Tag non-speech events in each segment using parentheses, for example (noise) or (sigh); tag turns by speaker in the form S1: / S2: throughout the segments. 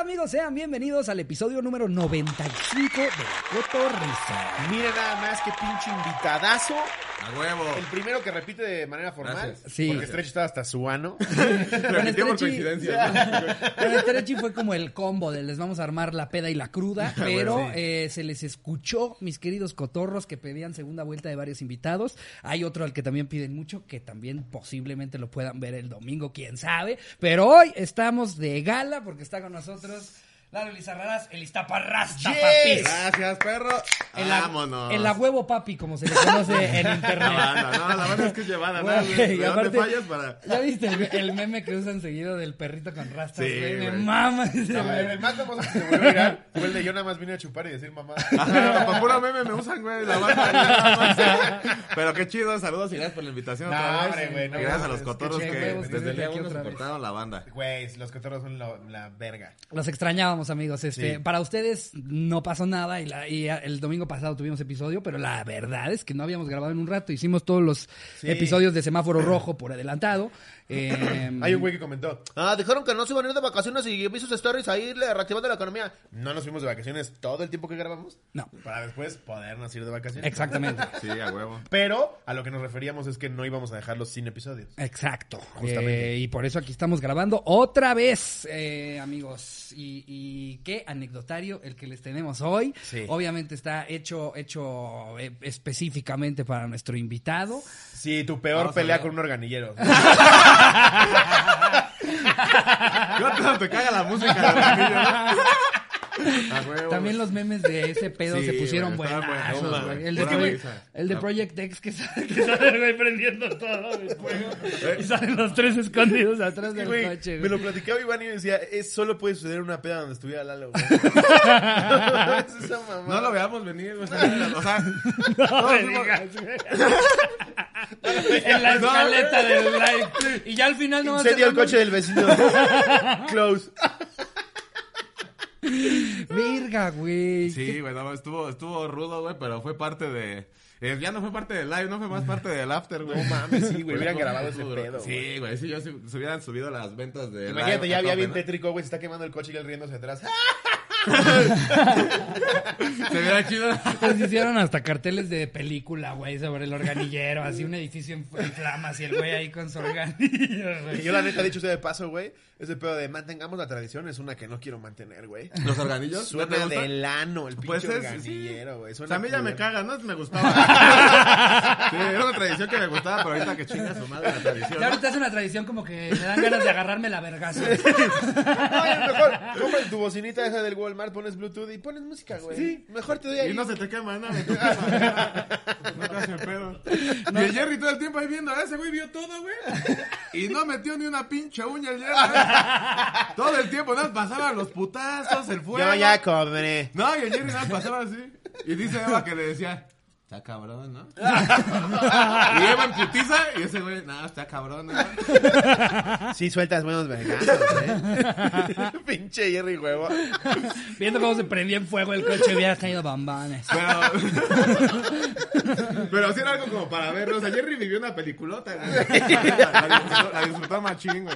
S1: amigos? Sean bienvenidos al episodio número 95 de La
S2: (laughs)
S1: Cotorrisa.
S3: Mira nada más que pinche invitadazo.
S2: A huevo.
S3: El primero que repite de manera formal.
S2: Gracias.
S1: Sí.
S3: Porque Stretch estaba hasta su
S2: (laughs)
S3: ano.
S2: Repitió por
S1: Stretchy.
S2: coincidencia. ¿no?
S1: (laughs) Pero el Terechi fue como el combo de les vamos a armar la peda y la cruda, pero
S2: Ah, Bueno, sí.
S1: eh, se les escuchó, mis queridos cotorros, que pedían segunda vuelta de varios invitados. Hay otro al que también piden mucho, que también posiblemente lo puedan ver el domingo, quién sabe. Pero hoy estamos de gala porque está con nosotros Lalo Lizarradas, el Iztaparrasta,
S3: Yes.
S1: papis.
S2: Gracias, perro.
S1: El a-
S2: Vámonos.
S1: el a huevo papi, como se le conoce en
S2: (laughs) No,
S1: internet.
S2: no, no, la verdad es que es llevada, ¿no?
S1: Güey,
S2: ¿De dónde
S1: aparte,
S2: fallas para...?
S1: ¿Ya viste el, el meme que usan seguido del perrito con rastas?
S2: Sí,
S1: güey? Me
S2: güey.
S1: mama ese
S3: No,
S1: meme.
S3: el más famoso que se volvió viral fue el de yo nada más vine a chupar y decir mamá.
S2: (laughs) Ajá, para puro meme me usan, güey, la banda. nada más. Pero qué chido, saludos y gracias por la invitación
S3: No,
S2: otra vez.
S3: hombre, güey, no
S2: Y gracias a
S3: mames,
S2: los
S3: qué
S2: cotorros que,
S1: chido, güey,
S2: desde el día
S1: aquí
S2: uno
S1: otra vez.
S2: soportaron la banda.
S3: Güey, los cotorros son lo- la verga.
S1: Los extrañábamos, amigos. Este,
S2: Sí.
S1: Para ustedes no pasó nada y, la- y a- el domingo pasado tuvimos episodio, pero la verdad es que no habíamos grabado en un rato. Hicimos todos los episodios de Semáforo Rojo por
S2: (clears throat)
S1: adelantado. Eh,
S2: Mm.
S3: Hay un güey que comentó.
S4: Ah, dijeron que no se iban a ir de vacaciones y vi sus stories ahí le- reactivando la economía.
S3: No nos fuimos de vacaciones todo el tiempo que grabamos
S1: No,
S3: para después podernos ir de vacaciones.
S1: exactamente.
S2: Sí, a huevo.
S3: Pero a lo que nos referíamos es que no íbamos a dejarlos sin episodios.
S1: Exacto.
S3: Justamente.
S1: Eh, y por eso aquí estamos grabando otra vez, eh, amigos. Y, y qué anecdotario el que les tenemos hoy.
S3: Sí.
S1: Obviamente está hecho, hecho eh, específicamente para nuestro invitado.
S3: Sí, tu peor
S2: Vamos a
S3: pelea
S2: hablar.
S1: (laughs)
S3: con un organillero.
S2: Yo tanto te caga la música de la A huevo.
S1: También los memes de ese pedo
S2: Sí,
S1: se pusieron
S2: güey, estaban
S1: buenazos,
S2: buenos,
S1: güey.
S2: güey.
S1: El de,
S2: Es que, güey,
S1: el de
S2: la-
S1: Project X que sale, (laughs) que sale el güey prendiendo todo
S3: (laughs)
S1: el fuego.
S2: Eh.
S1: Y salen los tres escondidos atrás del
S3: Güey,
S1: coche.
S3: me
S1: güey.
S3: lo platicaba Iván y me decía, es, solo puede suceder una peda donde estuviera Lalo.
S1: (laughs)
S3: güey". (laughs) Es esa mamada.
S2: No lo veamos venir,
S1: (laughs)
S2: güey. O sea,
S1: No me digas, güey. en la escaleta del like. Y ya al final
S3: (laughs)
S1: no
S3: Incendia el coche
S1: (laughs)
S3: del vecino. Close.
S1: Verga, güey.
S2: Sí, güey, no, estuvo, estuvo rudo, güey, pero fue parte de... eh, ya no fue parte del live, no fue más parte del after, güey.
S3: (laughs) No mames, sí, güey,
S2: Fue
S3: hubieran
S2: como
S3: grabado ese
S2: rudo.
S3: pedo,
S2: Sí, güey, sí, yo sí, se hubieran subido las ventas de
S3: Imagínate,
S2: live
S3: ya
S2: a
S3: había
S2: tope,
S3: bien
S2: ¿no?
S3: tétrico, güey. Se está quemando el coche y él riéndose atrás. (laughs)
S2: Se hubiera chido.
S3: (laughs)
S1: Pues hicieron hasta carteles de película, güey, sobre el organillero, así un edificio en, en flamas y el güey ahí con su organillo,
S3: Y
S1: güey.
S3: yo, la neta, dicho usted de paso, güey, ese pedo de mantengamos la tradición es una que no quiero mantener, güey.
S2: ¿Los organillos? ¿No te
S3: Suena
S2: gusta?
S3: del ano, el pinche
S2: Pues es,
S3: organillero, güey.
S2: O
S3: Suena
S2: sea, a mí ya me
S3: culero. (laughs)
S2: caga, ¿no? Me gustaba. sí, era una tradición que me gustaba, pero ahorita que chinga su madre la tradición.
S1: Ya
S2: ¿no?
S1: ahorita es una tradición como que me dan ganas de agarrarme la vergazo.
S3: Oye, mejor, compras tu bocinita esa del Walmart, pones Bluetooth y pones música, güey. Sí. Mejor te doy ahí.
S2: Y no se te quema nada en tu casa. No te hace (laughs) pedo. Y el Jerry todo el tiempo ahí viendo, "Ah, ese güey vio todo, (laughs) güey. Y no metió ni una pinche uña el Jerry. Todo el tiempo nos pasaban los putazos, el fuego.
S3: Yo ya cobré.
S2: No, y el Jerry nos pasaba así. Y dice Eva que le decía, está cabrón, (laughs) ¿no? Y Eva en putiza y ese güey, no, está cabrón, ¿no?
S3: Sí, sueltas buenos vergazos,
S1: (laughs)
S3: eh. Pinche Jerry, huevo.
S1: Viendo cómo se prendía en fuego el coche, hubiera caído bambanes.
S2: Pero, (laughs) pero sí era algo como para verlo. O sea, Jerry vivió una peliculota. (laughs) güey. La disfrutó, la disfrutó más chingo.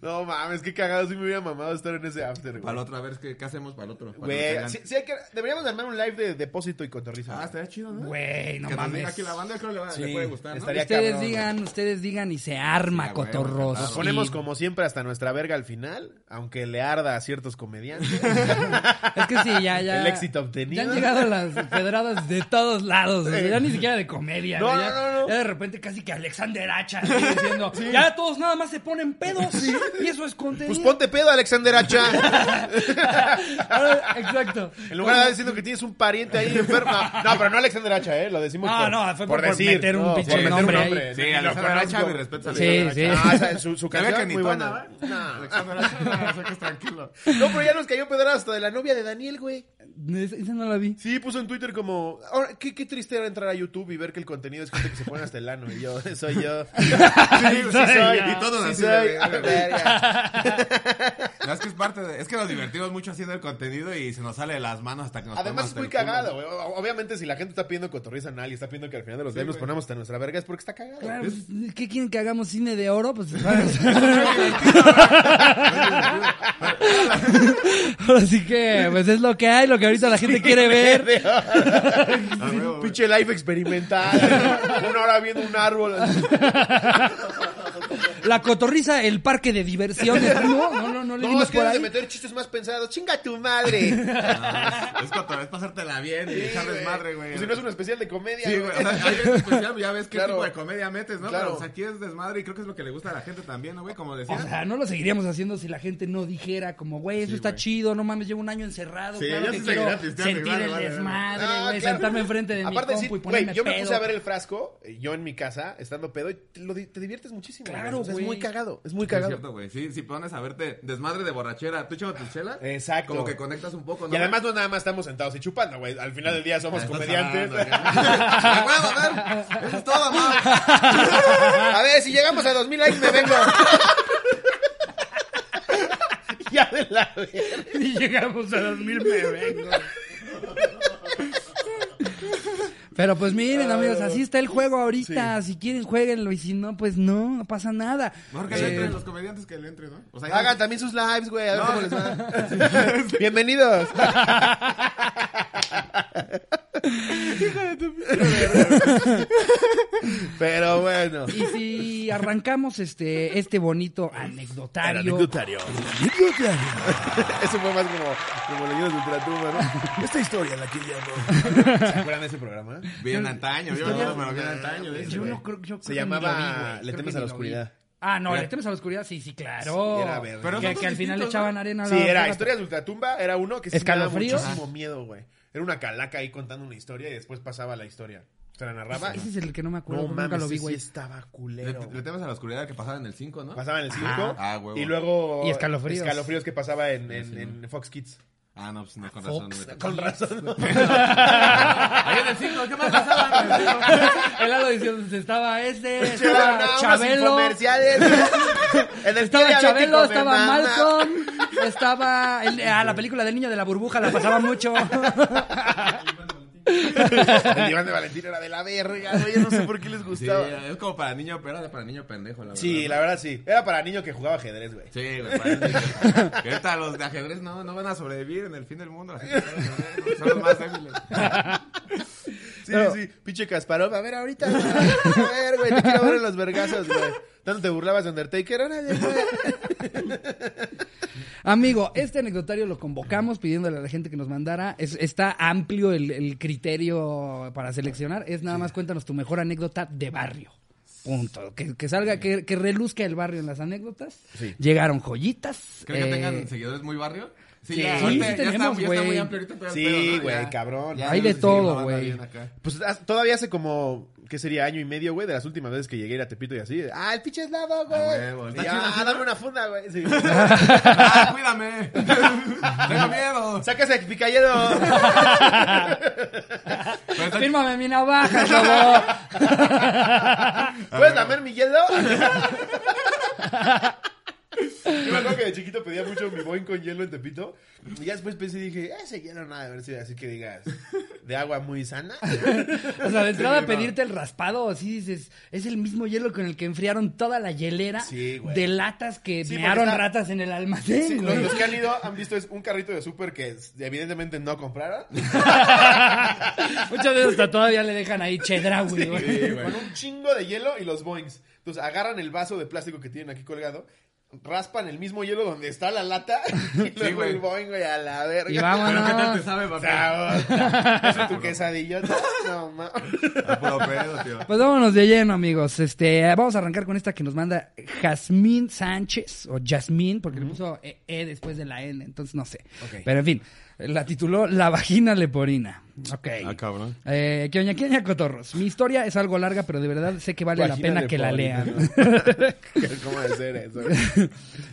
S3: No mames, qué cagado. Sí me hubiera mamado estar en ese after,
S2: Para
S3: güey.
S2: la otra vez, ¿qué, qué hacemos para el otro? Cuando nos
S3: Güey,
S2: tengan-
S3: sí, sí hay que, deberíamos armar un live de depósito y cotorriza.
S2: Ah, estaría chido, ¿no?
S1: Güey, no
S2: que nos diga
S1: mames.
S2: aquí la banda, creo que le, va, le puede gustar, ¿no?
S3: estaría-
S1: Ustedes
S3: cabrón,
S1: digan, ustedes digan y se arma
S2: Sí, a huevo,
S1: cotorros.
S2: encantado.
S3: Nos ponemos
S1: Y-
S3: como siempre hasta nuestra verga al final, aunque le arda a
S1: (laughs)
S3: ciertos comediantes.
S1: Es que sí, ya, ya.
S3: El éxito obtenido.
S1: Ya han llegado las pedradas de todos lados. o sea, ya ni siquiera de comedia.
S3: No,
S1: güey, ya,
S3: no, no, no.
S1: ya de repente casi que Alexander Hacha así diciendo, ya todos nada más se ponen pedos. Y eso es contenido.
S3: pues ponte pedo, Alexander Hacha.
S1: Ah, Exacto.
S3: En lugar de
S1: Pues,
S3: estar diciendo que tienes un pariente ahí
S1: (laughs)
S3: enfermo. No, pero no Alexander Hacha, ¿eh? Lo decimos
S1: No,
S3: por,
S1: no, fue por meter un pinche
S3: por meter
S1: nombre ahí.
S2: Sí,
S3: Ni lo
S2: Alexander
S3: conozco.
S2: Hacha, mi respeto. a
S1: Sí,
S2: Alexander
S1: sí.
S2: Hacha.
S3: Ah, esa- su, su
S2: Se ve que
S3: canción
S2: ni ¿eh?
S3: muy
S2: tona,
S3: buena.
S2: ¿va? Alexander
S3: (laughs)
S2: Hacha, no, saques tranquilo.
S3: No, pero ya nos cayó pedrada hasta de la novia de Daniel, güey.
S1: Esa esa no la vi.
S3: Sí, puso en Twitter como, ahora, ¿qué, qué triste era entrar a YouTube y ver que el contenido es gente que se pone hasta el ano. Y yo, (laughs) soy yo.
S2: Sí, sí,
S3: soy.
S2: Y todos
S3: sí (laughs)
S2: así.
S3: soy.
S2: de-
S3: Ah, verga.
S2: No, es que es parte de. Es que nos divertimos mucho haciendo el contenido y se nos sale de las manos hasta que nos
S3: Además
S2: ponemos
S3: es muy
S2: del culo.
S3: cagado, güey. O- Obviamente si la gente está pidiendo cotorriza anal y está pidiendo que al final de los días nos
S2: güey.
S3: ponemos hasta nuestra verga es porque está cagado.
S1: Claro, pues, ¿Qué quieren que hagamos cine de oro?
S3: (laughs)
S1: Pues vamos.
S2: (laughs)
S1: Así que, pues es lo que hay, lo que ahorita la gente quiere ver.
S2: Ah, güey, güey.
S3: Pinche life experimental. güey. (laughs) Una hora viendo un (laughs) árbol. así.
S1: La cotorriza, el parque de diversiones. No, no, no, no le
S5: No,
S1: dimos
S5: es que
S1: por
S5: debes de
S1: ahí.
S5: meter chistes más pensados. ¡Chinga tu
S3: (laughs)
S5: madre!
S2: Ah, es- es cotorreo, es pasártela bien y echar desmadre, güey.
S3: Pues, si no es un especial de comedia.
S2: Sí, güey. O sea, ahí en especial ya ves qué
S3: Claro.
S2: tipo de comedia metes, ¿no?
S3: Claro.
S2: Pero pues, aquí es desmadre y creo que es lo que le gusta a la gente también, ¿no, güey? Como decía.
S1: O sea, no lo seguiríamos haciendo si la gente no dijera como, güey, eso
S2: Sí,
S1: está
S2: güey.
S1: chido, no mames, llevo un año encerrado,
S2: Sí,
S1: claro
S2: ya
S1: que
S2: se
S1: quiero
S2: seguirá pisteando,
S1: sentir
S2: vale,
S1: el
S2: vale, vale.
S1: desmadre,
S3: Ah,
S1: güey,
S3: claro.
S1: sentarme enfrente de mi
S3: Aparte decir,
S1: compu y
S3: güey,
S1: ponerme
S3: yo me
S1: pedo.
S3: puse a ver el frasco, eh, yo en mi casa, estando pedo, y te, lo di- te diviertes muchísimo. güey.
S1: Claro,
S3: O sea,
S1: güey.
S3: Es muy cagado, es muy
S2: Sí, Es
S3: cagado.
S2: cierto, güey. Sí, si pones a verte desmadre de borrachera, tú echando tus chelas.
S3: Exacto.
S2: Como que conectas un poco, ¿no? Ah,
S3: y
S2: (laughs)
S3: además no nada más estamos sentados y chupando, güey. Al final del día somos
S2: Estás
S3: comediantes.
S2: hablando, güey. Me acuerdo, a ver. Eso es todo, amor.
S3: (laughs)
S5: A ver, si llegamos a 2000 likes, me vengo.
S3: ya de la verga.
S1: (laughs) Y llegamos a 2000 me vengo. Pero pues miren, amigos, así está el juego ahorita. Si quieren, jueguenlo. Y si no, pues no, no pasa nada.
S2: Mejor que
S1: Eh,
S2: le entren los comediantes que le entren, ¿no? O sea, ya-
S5: Hagan también sus lives, güey. A ver
S2: No,
S5: cómo les
S2: (laughs)
S5: va. Bienvenidos.
S3: (laughs) Pero bueno.
S1: y si arrancamos este, este bonito
S3: (laughs)
S1: anecdotario.
S3: Eso fue más como, como leyendas de ultratumba, ¿no? Esta historia la que llamo. ¿Se acuerdan de ese programa?
S2: Bien antaño, yo no, pero bien antaño. de ese,
S1: Yo
S2: güey.
S1: no creo, yo creo
S3: Se
S1: que ni
S3: llamaba
S1: lo vi, güey.
S3: Le
S1: Creo que
S3: temes
S1: ni
S3: a la
S1: lo vi.
S3: oscuridad.
S1: Ah, no, Le temes a la oscuridad, sí, sí, claro.
S3: Sí, era verga.
S2: Pero son
S1: que,
S2: dos
S1: que al final le
S2: distintos,
S1: echaban
S2: ¿no?
S1: arena. a la
S3: Sí, era
S1: otra.
S3: historias de ultratumba, era uno que sí me daba
S1: ¿Escalofríos?
S3: muchísimo miedo, güey. Era una calaca ahí contando una historia y después pasaba la historia. Se la narraba.
S1: Ese es el que no me acuerdo,
S3: No
S1: nunca
S3: mames,
S1: lo vi,
S3: ese
S1: güey. (laughs)
S3: sí estaba
S2: Le,
S3: culero.
S2: le
S3: güey.
S2: temas a la oscuridad que pasaba en el 5, ¿no?
S3: Pasaba en el 5
S2: Ah, huevo.
S3: y luego
S1: Y Escalofríos.
S3: escalofríos que pasaba en, en, en Fox Kids.
S2: Ah, no, pues no, con razón. güey.
S3: Con razón. (laughs)
S2: Ahí en el 5, ¿qué más pasaba en el 5?
S1: El lado diciendo, se estaba este,
S5: Nada
S1: estaba
S5: más
S1: Chabelo,
S5: infomerciales. En el
S1: (laughs) estaba
S5: diabético
S1: Chabelo,
S5: me
S1: estaba
S5: mama.
S1: Malcolm, estaba el- ah, la película del niño de la burbuja, la pasaba mucho.
S3: (laughs) El diván de Valentín era de la verga, güey. Yo no sé por qué les
S2: Sí,
S3: gustaba.
S2: es como para niño, pero era para niño pendejo, la verdad.
S3: Sí, la verdad sí. Era para niño que jugaba ajedrez, güey.
S2: Sí, güey, para niño. (laughs) Que ahorita los de ajedrez no, no van a sobrevivir en el fin del mundo. Así que van a sobrevivir, son los más débiles.
S3: Sí, sí, pinche Kasparov. A ver, ahorita, güey. A ver, güey, te quiero ver en los vergazos, güey. Tanto te burlabas de Undertaker, órale, güey.
S1: Amigo, este anecdotario lo convocamos pidiéndole a la gente que nos mandara. Es- está amplio el, el criterio para seleccionar. Es nada más cuéntanos tu mejor anécdota de barrio. Punto. Que, que salga, que, que reluzca el barrio en las anécdotas. Llegaron joyitas.
S2: ¿Creen que
S1: eh,
S2: tengan seguidores muy barrio?
S1: sí,
S2: ya,
S1: sí
S2: ahorita ya,
S1: tenemos,
S2: está, ya está
S1: güey.
S2: muy amplio ahorita todo el
S3: Sí,
S2: pedo, ¿no?
S3: güey,
S2: Ya.
S3: cabrón.
S1: Hay de
S2: sí,
S1: todo,
S2: la banda
S1: güey.
S2: bien acá. (laughs)
S3: Pues as- todavía hace como, ¿qué sería? Año y medio, güey, de las últimas veces que llegué a ir a Tepito y así. Ah, el pinche eslavo, güey.
S2: A huevo, está
S3: Y yo,
S2: chido,
S3: ah,
S2: ¿no?
S3: dame una funda, güey.
S2: (laughs)
S3: Sí.
S2: Ah, cuídame. (laughs)
S3: (laughs)
S2: Tengo miedo.
S3: Sácase, picayero.
S2: Pero está
S1: Fírmame mi
S3: (laughs)
S1: navaja, chavo.
S3: ¿Puedes lamer mi hielo? Yo me acuerdo que de chiquito pedía mucho mi boing con hielo en Tepito. Y ya después pensé y dije, ese hielo nada de haber sido así que digas, de agua
S1: (laughs)
S3: muy sana.
S1: O sea, de entrada pedirte el raspado, así dices, es el mismo hielo con el que enfriaron toda la hielera
S3: Sí, güey.
S1: de latas que
S3: Sí,
S1: mearon
S3: porque está-
S1: ratas en el almacén,
S3: Sí, los,
S1: güey.
S3: los que han ido han visto es un carrito de súper que es- evidentemente no compraron.
S1: (laughs) Muchas veces hasta todavía le dejan ahí chedra, güey.
S3: (laughs)
S1: güey.
S3: Con un chingo de hielo y los boings. Entonces agarran el vaso de plástico que tienen aquí colgado, raspan el mismo hielo donde está la lata (laughs) y luego
S2: güey.
S3: el boing, güey, a la verga.
S1: Y
S2: Pero qué tal te
S1: vámonos.
S2: sabe,
S3: Ah,
S2: papá.
S3: Sabor. Eso tu quesadillota. No, ma.
S2: A Ah, puro pedo, tío.
S1: Pues vámonos de lleno, amigos. Este, vamos a arrancar con esta que nos manda Jazmín Sánchez, o Jasmine, porque le puso E, E después de la N, entonces no sé. Pero en fin, la tituló La vagina leporina. Ok.
S2: Ah, cabrón.
S1: Eh, que oña, que oña, cotorros. Mi historia es algo larga, pero de verdad sé que vale la
S3: Vagina
S1: pena que la
S3: leporina,
S1: lean.
S3: (laughs) ¿Cómo hacer eso?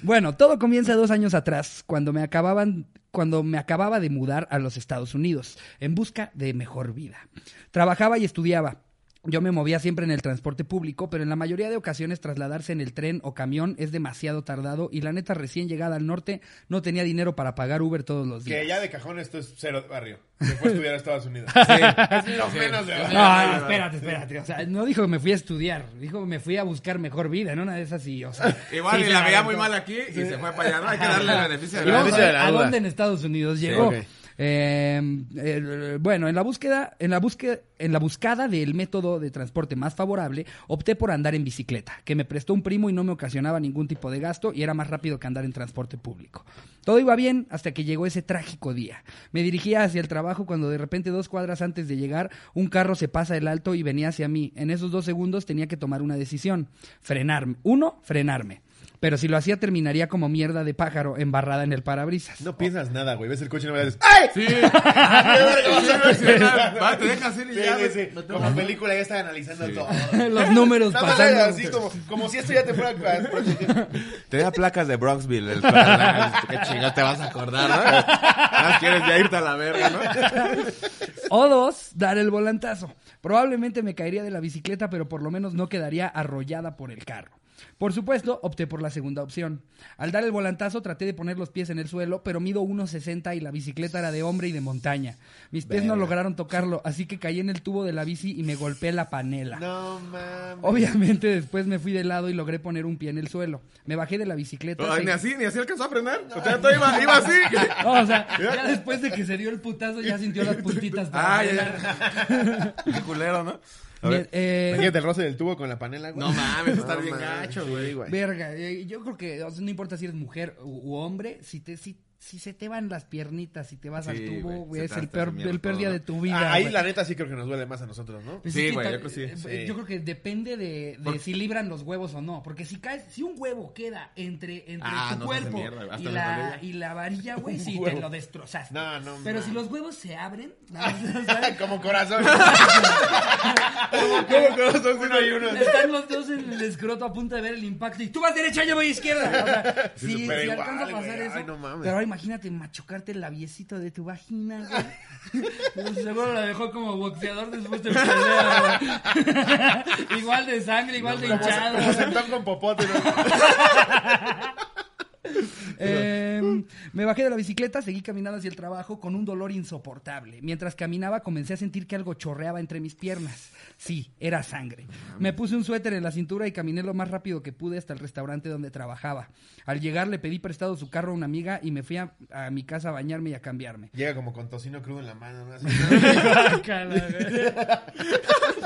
S1: Bueno, todo comienza dos años atrás, cuando me acababan, cuando me acababa de mudar a los Estados Unidos, en busca de mejor vida. Trabajaba y estudiaba. Yo me movía siempre en el transporte público, pero en la mayoría de ocasiones trasladarse en el tren o camión es demasiado tardado y la neta recién llegada al norte no tenía dinero para pagar Uber todos los días.
S3: Que ya de cajón esto es cero barrio. Después estudiar a Estados Unidos. Es lo menos de barrio.
S1: No, no, espérate, espérate. O sea, no dijo que me fui a estudiar, dijo que me fui a buscar mejor vida, no una de esas y, o sea,
S6: Igual
S1: sí
S6: y
S1: se
S6: la veía
S1: aventó.
S6: muy mal aquí y se fue para allá. No, hay que darle el beneficio de
S1: Y
S6: la
S1: vamos
S6: duda.
S1: a
S3: de
S1: ver
S3: la
S1: a
S3: duda.
S1: dónde en Estados Unidos llegó.
S3: ok.
S1: Eh, eh, bueno, en la búsqueda, en la búsqueda, en la buscada del método de transporte más favorable, opté por andar en bicicleta, que me prestó un primo y no me ocasionaba ningún tipo de gasto y era más rápido que andar en transporte público. Todo iba bien hasta que llegó ese trágico día. Me dirigía hacia el trabajo cuando de repente dos cuadras antes de llegar, un carro se pasa el alto y venía hacia mí. En esos dos segundos tenía que tomar una decisión. Frenarme. Uno, frenarme. Pero si lo hacía terminaría como mierda de pájaro embarrada en el parabrisas.
S3: No piensas nada, güey. Ves el coche y no me dices Ah, ¡Ay! (laughs)
S6: Sí. Qué verga, Va, te dejas ir y
S3: Sí,
S6: ya.
S3: sí,
S6: güey.
S3: sí.
S6: No te-
S3: Como película ya están analizando
S1: (laughs)
S3: todo.
S1: Los números
S3: Nada más
S1: pasando.
S3: así como, como si esto ya te fuera a...
S2: Tenía placas de Bronxville. El qué chingado te vas a acordar, ¿no? Nada más quieres ya irte a la verga, ¿no?
S1: O dos, dar el volantazo. Probablemente me caería de la bicicleta, pero por lo menos no quedaría arrollada por el carro. Por supuesto, opté por la segunda opción. Al dar el volantazo traté de poner los pies en el suelo, pero mido 1.60 y la bicicleta era de hombre y de montaña. Mis pies no lograron tocarlo, así que caí en el tubo de la bici y me golpeé la panela.
S3: No mames.
S1: Obviamente después me fui de lado y logré poner un pie en el suelo. Me bajé de la bicicleta.
S6: Ay,
S1: seguí-
S6: Ni así, ni así alcanzó a frenar. O sea, todo iba, iba así. (laughs)
S1: No, o
S3: (laughs)
S1: sea, ya después de que se dio el putazo ya sintió las puntitas.
S3: Ah,
S1: para
S6: Ay,
S1: frenar.
S6: ay, ay. Qué culero, ¿no?
S1: Bien, eh,
S3: Imagínate el roce del tubo con la panela, güey.
S6: No mames, está bien gacho, güey.
S1: Verga, eh, yo creo que o sea, no importa si eres mujer u, u hombre, si te si, si se te van las piernitas, si te vas
S6: Sí,
S1: al tubo,
S6: güey,
S1: güey,
S6: se
S1: es
S6: te
S1: el
S6: hace
S1: peor,
S6: mierda
S1: el peor
S6: todo,
S1: día
S6: ¿no?
S1: de tu vida.
S3: Ah, ahí
S1: güey.
S3: la neta sí creo que nos duele más a nosotros, ¿no?
S1: Pues
S6: Sí,
S1: es que
S6: güey,
S1: tal-
S6: yo creo que sí.
S1: eh,
S3: Sí.
S1: Yo creo que depende de, de
S6: Por-
S1: si libran los huevos o no. Porque si caes, si un huevo queda entre, entre
S6: Ah,
S1: tu
S6: no, se hace
S1: cuerpo
S6: mierda, hasta
S1: y,
S6: la
S1: la,
S6: rodilla.
S1: y la varilla,
S6: (laughs)
S1: güey, si te
S3: huevo.
S1: lo destrozaste.
S3: No, no,
S1: Pero
S3: no.
S1: si los huevos se abren, ¿sabes?
S3: Como corazón. (laughs) Como corazón, uno y uno.
S1: Están los dos en el escroto a punto de ver el impacto y tú vas derecha, yo voy izquierda. O sea, si, si
S3: pero igual,
S1: alcanza a pasar
S3: güey.
S1: eso.
S3: Ay, no mames.
S1: Pero ahora imagínate machocarte el labiecito de tu vagina,
S3: (laughs)
S1: güey. Seguro la dejó como boxeador después de pelea, güey. (laughs) Igual de sangre, igual de hinchado.
S3: Como sentón con popote, ¿no?
S1: Eh, me bajé de la bicicleta, seguí caminando hacia el trabajo con un dolor insoportable. Mientras caminaba comencé a sentir que algo chorreaba entre mis piernas. Sí, era sangre. Me puse un suéter en la cintura y caminé lo más rápido que pude hasta el restaurante donde trabajaba. Al llegar le pedí prestado su carro a una amiga y me fui a, a mi casa a bañarme y a cambiarme.
S3: Llega como con tocino crudo en la mano, ¿no? Así,
S1: (laughs)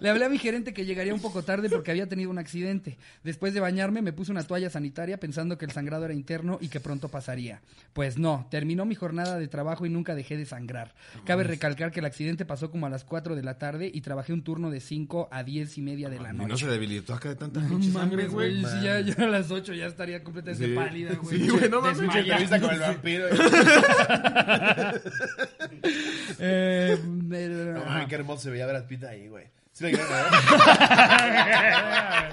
S1: Le hablé a mi gerente que llegaría un poco tarde porque había tenido un accidente. Después de bañarme me puse una toalla sanitaria pensando que el sangrado era interno y que pronto pasaría. Pues no, terminó mi jornada de trabajo y nunca dejé de sangrar. Cabe recalcar que el accidente pasó como a las 4 de la tarde y trabajé un turno de 5 a 10 y media
S6: eh,
S1: de la
S2: Y no
S1: noche.
S2: se debilitó acá de tanta
S1: No
S2: pinche sangre,
S1: mames,
S2: güey.
S1: güey, si ya, ya a las 8 ya estaría completamente
S6: Sí.
S1: pálida, güey.
S6: Sí, güey, no mames,
S3: Pinche
S1: Desmayada.
S3: entrevista con el vampiro.
S1: Eh, eh,
S3: No
S1: ajá. (laughs)
S3: mames, qué hermoso se veía Brad Pitt ahí, güey. Sí, lo llegaron a
S6: (laughs)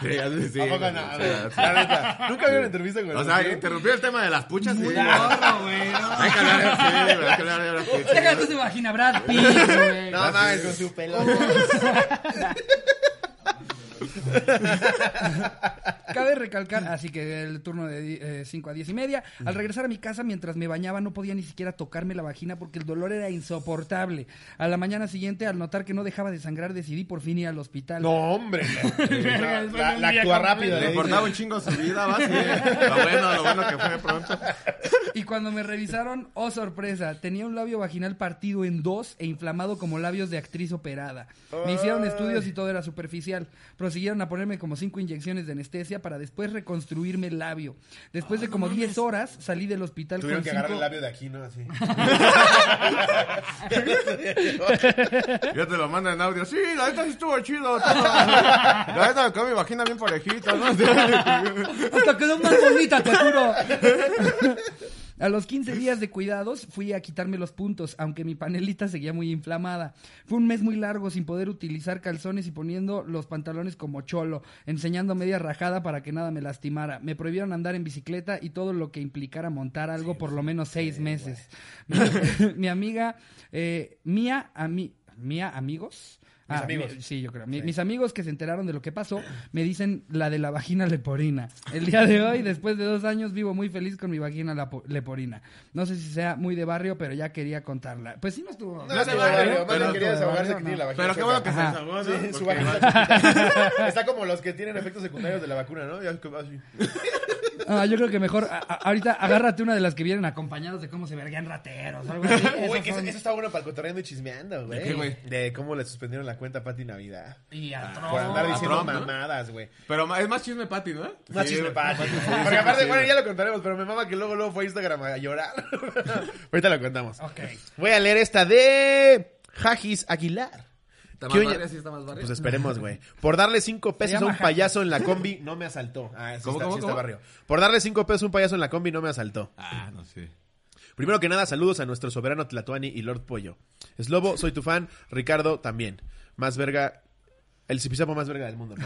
S6: Sí, así, sí.
S3: ver. ¿A poco
S6: güey,
S3: no? A
S6: o
S3: ver,
S6: sea,
S3: la neta, Nunca vi una entrevista con el
S6: O sea,
S3: vampiro.
S6: interrumpió el tema de las puchas. Sí, güey.
S1: Gordo, güey, no.
S6: Hay que hablar de- sí, güey, hay que hablar de las puchas.
S1: Déjate de vagina, Brad
S6: (laughs)
S1: Pitt, güey.
S6: Ah,
S3: No mames, con su pelo.
S1: Cabe recalcar, así que el turno de 5 a 10 y media. Al regresar a mi casa, mientras me bañaba, no podía ni siquiera tocarme la vagina porque el dolor era insoportable. A la mañana siguiente, al notar que no dejaba de sangrar, decidí por fin ir al hospital.
S3: No, hombre. no.
S1: Verga,
S3: No,
S1: es
S3: La la
S1: un día
S3: actúa
S1: completo.
S3: rápido.
S6: Le
S3: le dice.
S6: importaba un chingo su vida, va, sí. eh. Lo bueno, lo bueno que fue pronto.
S1: Y cuando me revisaron, oh sorpresa, tenía un labio vaginal partido en dos e inflamado como labios de actriz operada. Me hicieron estudios y todo era superficial. Prosiguieron a ponerme como cinco inyecciones de anestesia para después reconstruirme el labio. Después de como 10 horas, salí del hospital
S3: Ah, Tuvieron
S1: con
S3: que agarrar el
S1: cinco-
S3: labio de aquí, ¿no? Así.
S6: Yo te lo mando en audio. Sí, la neta sí estuvo chido. todo. La neta me quedó mi vagina bien parejita, ¿no? (laughs)
S1: Hasta quedó más bonita, te juro. A los 15 días de cuidados fui a quitarme los puntos, aunque mi panelita seguía muy inflamada. Fue un mes muy largo sin poder utilizar calzones y poniendo los pantalones como cholo, enseñando media rajada para que nada me lastimara. Me prohibieron andar en bicicleta y todo lo que implicara montar algo por lo menos seis (laughs) meses. Mi, mi amiga, eh, mía, ami- mía amigos, Ah,
S3: amigos.
S1: mi- sí, yo creo. Mi- Mis amigos que se enteraron de lo que pasó me dicen la de la vagina leporina. El día de hoy, después de dos años, vivo muy feliz con mi vagina lapo- leporina. No sé si sea muy de barrio, pero ya quería contarla. Pues sí, no estuvo.
S3: No, se
S2: se
S3: va,
S2: vale,
S3: barrio, más
S2: pero
S3: le
S2: no
S3: quería
S1: se vale,
S3: desahogarse que
S1: no.
S3: tiene la vagina.
S2: Pero qué bueno que se
S1: Ajá.
S2: desahogó, ¿no?
S3: Sí, su
S2: Porque
S3: vagina
S2: va- (laughs)
S3: chiquita. (laughs) Está como los que tienen efectos secundarios de la vacuna, ¿no? Ya que va así.
S1: Ah, yo creo que mejor a- a- ahorita agárrate una de las que vienen acompañados de cómo se verguean rateros o algo así.
S3: Güey,
S1: Esas
S3: que eso,
S1: son-
S3: eso está bueno para el cotorreando y chismeando, güey.
S2: ¿De qué, güey?
S3: De cómo le suspendieron la cuenta a Pati Navidad.
S1: Y al
S3: Por andar
S1: trono.
S2: a
S3: diciendo
S2: Trump, ¿no?
S3: mamadas, güey.
S2: Pero ma- es más chisme Patty, ¿no?
S3: Más
S2: Sí,
S3: chisme
S2: güey.
S3: Pati. Porque aparte, bueno, ya lo contaremos, pero me mama que luego, luego fue a Instagram a llorar. (laughs) Ahorita lo contamos.
S1: Ok.
S3: Voy a leer esta de Jajis Aguilar.
S2: Está
S3: ¿Qué
S2: más
S3: oña-
S2: barrio, sí está más barrio.
S3: Pues esperemos, güey. Por darle cinco pesos a
S1: llama
S3: un payaso en la combi, no me asaltó. Ah, sí
S2: ¿Cómo,
S3: está,
S2: cómo,
S3: sí está
S2: cómo?
S3: barrio. Por darle cinco pesos a un payaso en la combi, no me asaltó.
S7: Ah, no sé.
S3: Primero que nada, saludos a nuestro soberano Tlatuani y Lord Pollo. Slobo, soy tu fan. Ricardo, también. Más verga... El cipisapo más verga del mundo, ¿no?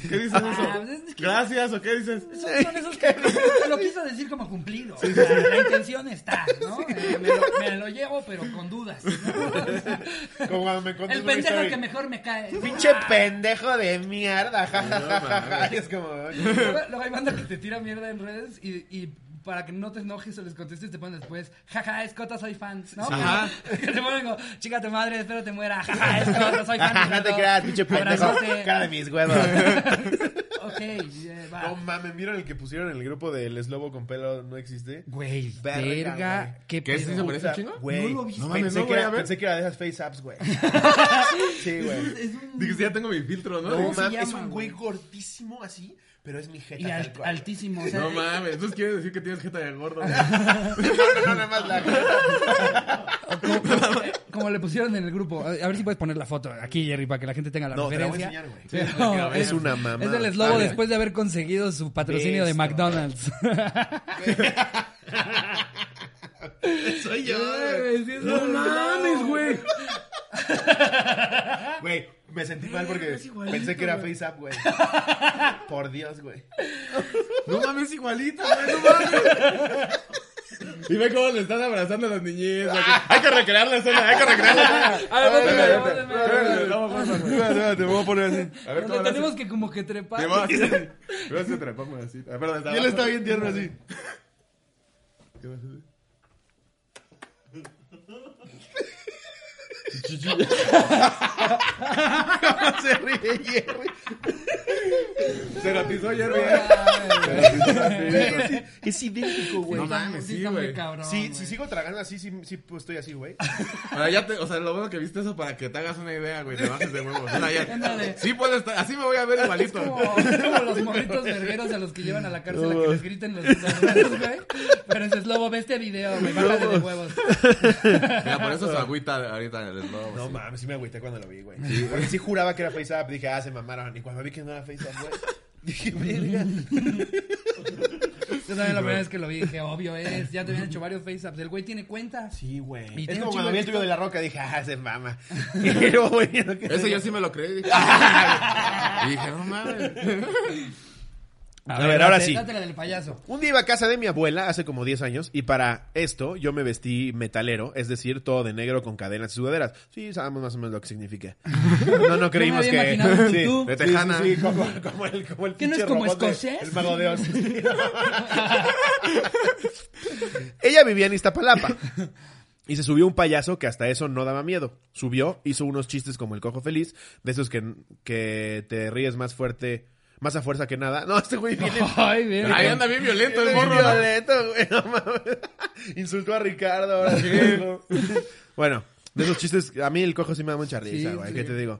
S2: ¿Qué dices
S1: Ah,
S2: eso?
S1: pues es que-
S2: Gracias, ¿o qué dices?
S1: Son, son esos que (laughs) lo quiso decir como cumplido. O sea, La intención está, ¿no? Eh, me, lo, me lo llevo, pero con dudas.
S3: (laughs)
S1: ¿no?
S3: (laughs) Como cuando me
S1: El
S3: una
S1: pendejo
S3: historia.
S1: que mejor me Ah. cae.
S3: Pinche pendejo de mierda, jajajaja. Y es (laughs)
S1: (laughs)
S3: como...
S1: (laughs) Luego, luego hay banda que te tira mierda en redes y, y para que no te enojes o les contestes te ponen después, jaja, escota, soy fan, ¿no?
S2: Ajá.
S1: (laughs) Que te ponen como, chica tu madre, espero te muera, jaja, escota, soy fan.
S3: No te creas, pinche pendejo.
S1: Abrazote.
S3: (laughs) Cara de mis huevos.
S1: Ok, eh, va.
S3: No mames, ¿vieron el que pusieron en el grupo del eslobo con pelo no existe?
S1: Güey,
S3: Verga,
S1: verga,
S3: güey.
S1: qué
S2: ¿Qué es
S1: pedo.
S2: eso? ¿Parece un
S3: Puta,
S2: chingo?
S3: Güey,
S1: No lo vi.
S2: No mames,
S3: pensé,
S2: no,
S3: que
S2: güey, a
S3: era,
S2: ver.
S3: pensé que era de esas face apps, güey. Sí, güey.
S1: Es un-
S2: Dije, ya tengo mi filtro, ¿no?
S3: No
S1: ¿Cómo se
S3: mames, es
S1: llama,
S3: un güey
S1: güey?
S3: gordísimo así, pero es mi jeta.
S1: Y
S3: tal
S1: alt-
S3: cual.
S1: altísimo, o sea,
S2: No mames, entonces quieres decir que tienes jeta de gordo.
S1: (laughs)
S3: (laughs) No, no, no, nada más la
S1: como le pusieron en el grupo. A a ver si puedes poner la foto aquí, Jerry, para que la gente tenga la
S3: No, te la voy a
S1: referencia.
S3: enseñar, güey.
S1: Pero
S3: Es una mamá.
S1: Es el eslobo después de haber conseguido su patrocinio de
S3: Beso.
S1: (laughs) McDonald's.
S3: Soy yo, güey.
S2: No mames, güey.
S3: Güey, me sentí mal porque
S2: igualito,
S3: pensé que era face app, güey. Por Dios, güey.
S2: No mames, igualito, güey, no mames. Y ve cómo le están abrazando a las niñez. güey. Hay que recrear la escena, hay que recrear la escena.
S1: A ver,
S3: espérate,
S1: espérate,
S3: espérate,
S1: espérate.
S2: Te voy a poner así. A ver,
S1: Donde
S2: ¿cómo le haces?
S1: tenemos que como que trepar.
S2: Te voy a
S1: (laughs)
S2: hacer. Te voy a hacer trepamos así. Ah, Perdón,
S3: Y él está bien tierno (laughs) así.
S2: ¿Qué vas a hacer?
S3: Se ríe Jerry.
S2: Se la pisó Jerry.
S3: Es, es idéntico, güey.
S2: No mames, sí, güey.
S3: Si, si sigo tragando así, sí, sí pues, estoy así, güey.
S2: Ahora ya te, o sea, lo bueno que viste eso para que te hagas una idea, güey, te bajes de huevos. O sea, ya, sí puedo estar, así me voy a ver igualito.
S1: Como, como los morritos vergueros a los que llevan a la cárcel a que les griten los desmadrosos, güey. Pero ese es lobo, ve este video, güey. Bájale de huevos.
S2: Mira, por eso su agüita de- ahorita les doy.
S3: No mames, sí me agüité cuando lo vi, güey. Porque sí juraba que era Face App. Dije, ah, se mamaron. Y cuando vi que no era Face App, güey. (laughs) Dije, verga.
S1: Yo también la primera vez que lo vi dije, obvio es. Ya te habían hecho varios face apps. El güey tiene cuenta.
S3: Sí, güey.
S1: Y
S3: Es
S1: tiene
S3: como
S1: un chingo
S3: cuando vi
S1: de
S3: el tuyo de la roca. Dije, ah, se mama. (laughs) Pero, güey. lo que- (laughs)
S2: Ese yo sí me lo
S1: (laughs)
S2: creí. Dije, y dije, no mames.
S3: A ver, ahora
S1: date-
S3: sí.
S1: Dátela del payaso.
S3: Un día iba a casa de mi abuela hace como 10 años y para esto yo me vestí metalero, es decir, todo de negro con cadenas y sudaderas. Sí, sabemos más o menos lo que significa.
S1: (laughs)
S3: No, no creímos
S1: había
S3: que...
S1: imaginado un
S3: Sí,
S1: tutú.
S3: de
S2: Sí,
S3: tejana.
S2: sí, sí,
S3: como, el, como el
S1: ¿Que no es
S3: pinche
S1: como
S3: robot de-
S1: escocés?
S3: el
S1: (laughs)
S3: mago de Oz. Ella vivía en Iztapalapa. Y se subió un payaso que hasta eso no daba miedo. Subió, hizo unos chistes como el cojo feliz, de esos que, que te ríes más fuerte, más a fuerza que nada. No, este güey
S1: (laughs)
S3: viene
S1: (laughs) Ay, bien.
S2: Ahí anda bien violento el
S3: es
S2: morro. ¿no?
S3: violento, güey, no mames. Insultó a Ricardo ahora. sí, ¿no? bueno, de esos chistes, a mí el cojo sí me da mucha risa,
S1: Sí,
S3: güey.
S1: sí.
S3: ¿Qué te digo?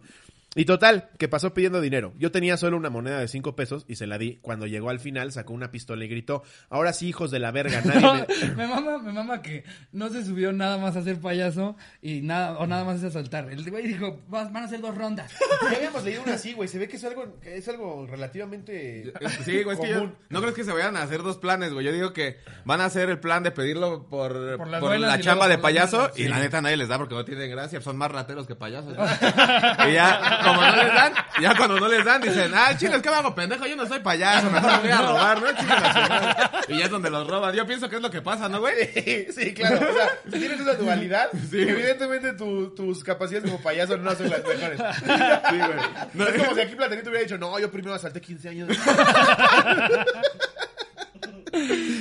S3: Y total, que pasó pidiendo dinero. Yo tenía solo una moneda de cinco pesos y se la di. Cuando llegó al final, sacó una pistola y gritó: Ahora sí, hijos de la verga, nadie me...
S1: me mama, me mama que no se subió nada más a ser payaso y nada, o nada más a saltar. El güey dijo, "Vas- van a hacer dos rondas. (laughs)
S3: Ya habíamos leído una así, güey. Se ve que es algo, que es algo relativamente.
S2: Sí, güey, es que yo,
S3: Común.
S2: no crees que se vayan a hacer dos planes, güey. Yo digo que van a hacer el plan de pedirlo por,
S1: Por
S2: por,
S1: las buenas y
S2: la
S1: luego
S2: chamba de
S1: por las
S2: payaso
S1: malas. (laughs)
S2: y la neta nadie les da porque no tienen gracia, son más rateros que payasos. y ya, como no les dan, ya cuando no les dan, dicen, ay, chiles, ¿qué me hago pendejo? Yo no soy payaso, mejor voy a robar, ¿no? Chingue la su madre. Y ya es donde los roban. Yo pienso que es lo que pasa, ¿no, güey?
S3: (laughs) Sí, claro. O sea, si tienes esa (laughs) dualidad, evidentemente tu- tus capacidades como payaso no son las (laughs) mejores.
S2: Sí, güey. No,
S3: es como si aquí Platanito hubiera dicho, no, yo primero asalté 15 años.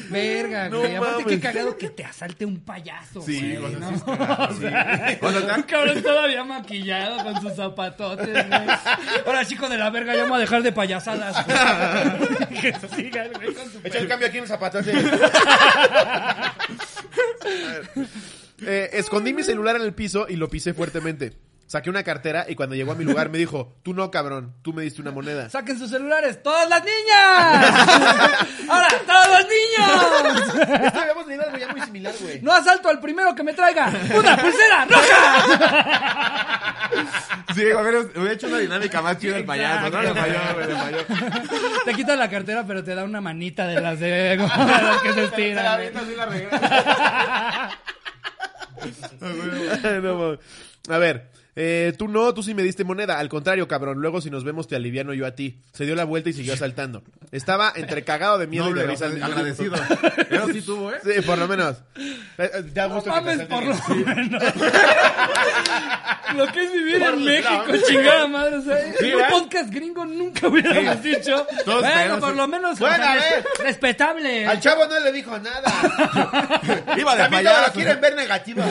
S1: Verga,
S3: No
S1: güey. Aparte,
S3: mames.
S1: qué cagado que te asalte un payaso.
S2: Sí,
S1: güey,
S2: cuando
S1: ¿no?
S2: sí es cagado, sí.
S1: (laughs)
S2: Cuando te-
S1: Un cabrón todavía maquillado con sus zapatotes, güey. Ahora, chico de la verga, ya vamos a dejar de payasadas. (laughs) güey. que siga el güey con su
S3: Echa el
S1: pelo.
S3: cambio aquí en los zapatos. (laughs) Eh, escondí mi celular en el piso y lo pisé fuertemente. Saqué una cartera y cuando llegó a mi lugar me dijo, tú no, cabrón, tú me diste una moneda.
S1: ¡Saquen sus celulares! ¡Todas las
S3: (laughs)
S1: niñas! ¡Ahora, todos los niños!
S3: Esto habíamos leído algo ya muy similar, (laughs) güey.
S1: ¡No asalto al primero que me traiga! ¡Una pulsera roja!
S2: Sí, hubiera, hubiera hecho una dinámica más chida el payaso. No, le falló, güey, le falló.
S1: Te quita la cartera, pero te da una manita de las, de, de las que se
S6: Se la
S1: estiran. güey.
S6: avienta así la regresa.
S3: Ah, (laughs) No, mames. a ver, eh, tú no, tú sí me diste moneda. Al contrario, cabrón. Luego si nos vemos te aliviano yo a ti. Se dio la vuelta y siguió asaltando. Estaba entre cagado de miedo y de
S2: Noble,
S3: risa. (laughs)
S2: agradecido. Pero sí tuvo, ¿eh?
S3: Sí, por lo menos. Eh, eh, Da
S1: No
S3: gusto que te
S1: mames,
S3: asalten.
S1: por lo menos. Lo que es vivir en México, chingada madre. O sea, en un
S2: ¿verdad?
S1: podcast gringo nunca hubiéramos dicho.
S2: Todos
S1: bueno,
S2: pegados,
S1: por
S2: sí.
S1: lo menos.
S3: Bueno,
S1: o sea,
S3: a ver.
S1: Respetable.
S3: Al chavo no le
S1: (laughs)
S3: dijo nada.
S2: Iba de
S3: A mí no lo
S2: payaso.
S3: quieren ver negativo.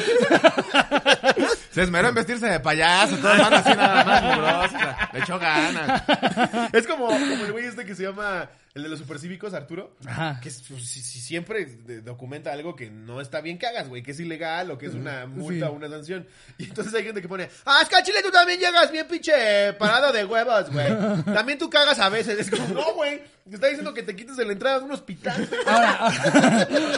S2: Se esmeró en vestirse de payaso. Todos van así nada más, mugrosos, o sea, Le echó ganas.
S6: (laughs)
S3: Es como, como el güey este que se llama el de los supercívicos, Arturo.
S1: Ajá.
S3: Que es- pues, si, si siempre de- documenta algo que no está bien que hagas, güey, que es ilegal o que es una multa o una sanción. Y entonces hay gente que pone, ah, es que al Chile tú también llegas bien pinche parado de huevos, güey. También tú cagas a veces. Es como, no, güey, te está diciendo que te quites de la entrada de un hospital.
S1: Ahora,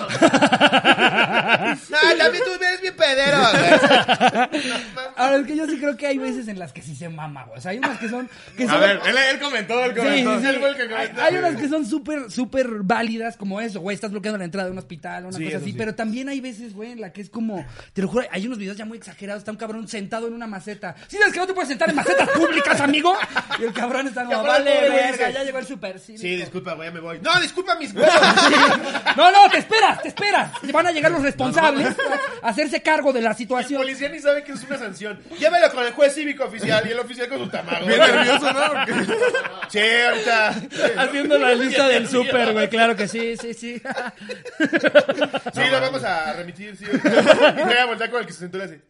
S3: (laughs)
S1: ahora.
S3: Ah, también tú eres bien pedero, güey.
S1: Ahora, es que yo sí creo que hay veces en las que sí se mama, güey. O sea, hay unas que son. Que
S2: A
S1: son
S2: ver, él, él comentó, él
S1: Sí,
S2: comentó.
S1: sí, sí. Hay, hay unas que son súper, súper válidas, como eso, güey. Estás bloqueando la entrada de un hospital, una
S3: Sí,
S1: cosa
S3: eso
S1: así.
S3: sí.
S1: Pero también hay veces, güey, en la que es como, te lo juro, hay unos videos ya muy exagerados. Está un cabrón sentado en una maceta. ¿Sí sabes que no te puedes sentar en macetas públicas, amigo? Y el cabrón está como,
S3: Y aparte,
S1: vale,
S3: pobre güey,
S1: verga,
S3: dice,
S1: ya llegó el super cine".
S3: Sí, disculpa, güey, ya me voy. No, disculpa mis huevos.
S1: No, no, te esperas, te esperas. Van a llegar los responsables a hacerse cargo de la
S3: El
S1: situación.
S3: policía ni sabe que es una sanción. Llévelo con el juez cívico oficial y el oficial con su tamago.
S2: Bien nervioso, ¿no? Porque-
S3: Sí, ahorita.
S1: Haciendo la lista del súper, güey, claro que sí, sí, (laughs) sí.
S3: Sí, lo vamos a remitir, sí. Y me voy a voltear con el que se sentó y le hace,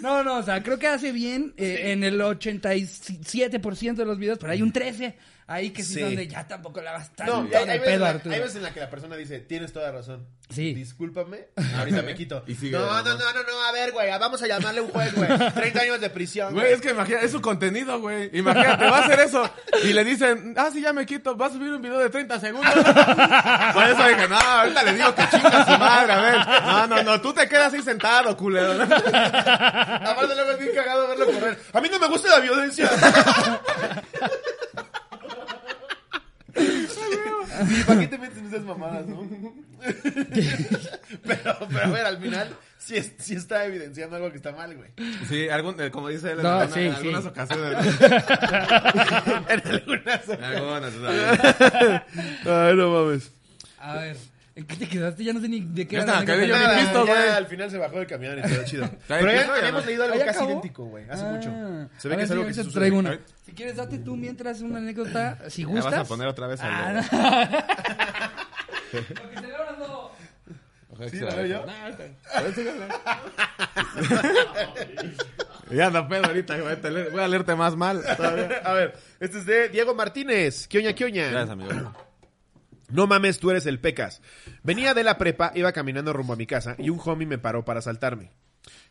S1: No, no, o sea, creo que hace bien eh, en el 87% de los videos, pero hay un 13 ahí que sí,
S3: Sí.
S1: donde ya tampoco la vas a estar
S3: No, hay,
S1: tan
S3: hay
S1: al
S3: veces
S1: pedo,
S3: en la,
S1: Arturo.
S3: hay veces en la que la persona dice, tienes toda razón.
S1: Sí.
S3: Discúlpame, ahorita me quito.
S2: Y sigue,
S3: no, no,
S2: ¿no?
S3: no, no, no, a ver, güey, vamos a llamarle un juez, güey. 30 años de prisión,
S2: Güey,
S3: güey.
S2: es que imagina, es su contenido, güey. Imagínate, va a hacer eso. Y le dicen, ah, sí, ya me quito, va a subir un video de 30 segundos. Por eso dije, no, ahorita le digo que chinga su madre, a ver. No, no, no, tú te quedas ahí sentado, culero.
S3: Aparte luego es bien cagado verlo correr. A mí no me gusta la violencia. ¿Y para qué te metes en esas mamadas, no? pero, pero a ver, al final sí, es- sí está evidenciando algo que está mal, güey.
S2: Sí, algún, eh, como dice él, en,
S1: No,
S2: alguna-
S1: sí,
S2: en
S1: sí. (laughs)
S2: algunas ocasiones. en algunas. En algunas.
S3: Ay, no mames.
S1: A ver, ¿en qué te quedaste? Ya no sé ni de qué
S2: Ya
S1: era la
S2: está,
S1: anécdota.
S2: cabello.
S3: Nada,
S2: ni pisto,
S3: ya
S2: güey.
S3: al final se bajó del camión y todo chido.
S2: Trae
S3: Pero ya,
S2: pisto, ya
S3: habíamos
S2: no.
S3: leído algo
S1: ¿Ah, ya
S3: casi
S1: acabó?
S3: idéntico, güey, hace
S1: Ah,
S3: mucho. Se ve
S1: a
S3: que
S1: ver,
S3: es algo
S1: sí,
S3: que
S1: ahorita
S3: se
S1: te
S3: sucede. Ah,
S1: traigo una. Si quieres, date tú mientras una anécdota, si
S2: Me
S1: gustas.
S2: vas a poner otra vez al
S1: Ah,
S3: (laughs)
S1: no. Lo que se ve ahora no.
S2: Ojalá que
S3: ¿Sí,
S2: se
S3: la
S2: vea.
S3: veo yo?
S2: (laughs) Ya anda pedo ahorita, güey, te le- voy a leerte más mal. Todavía.
S3: A ver, este es de Diego Martínez. ¿Qué oña, qué oña?
S2: Gracias, amigo.
S3: No mames, tú eres el pecas. Venía de la prepa, iba caminando rumbo a mi casa y un homie me paró para saltarme.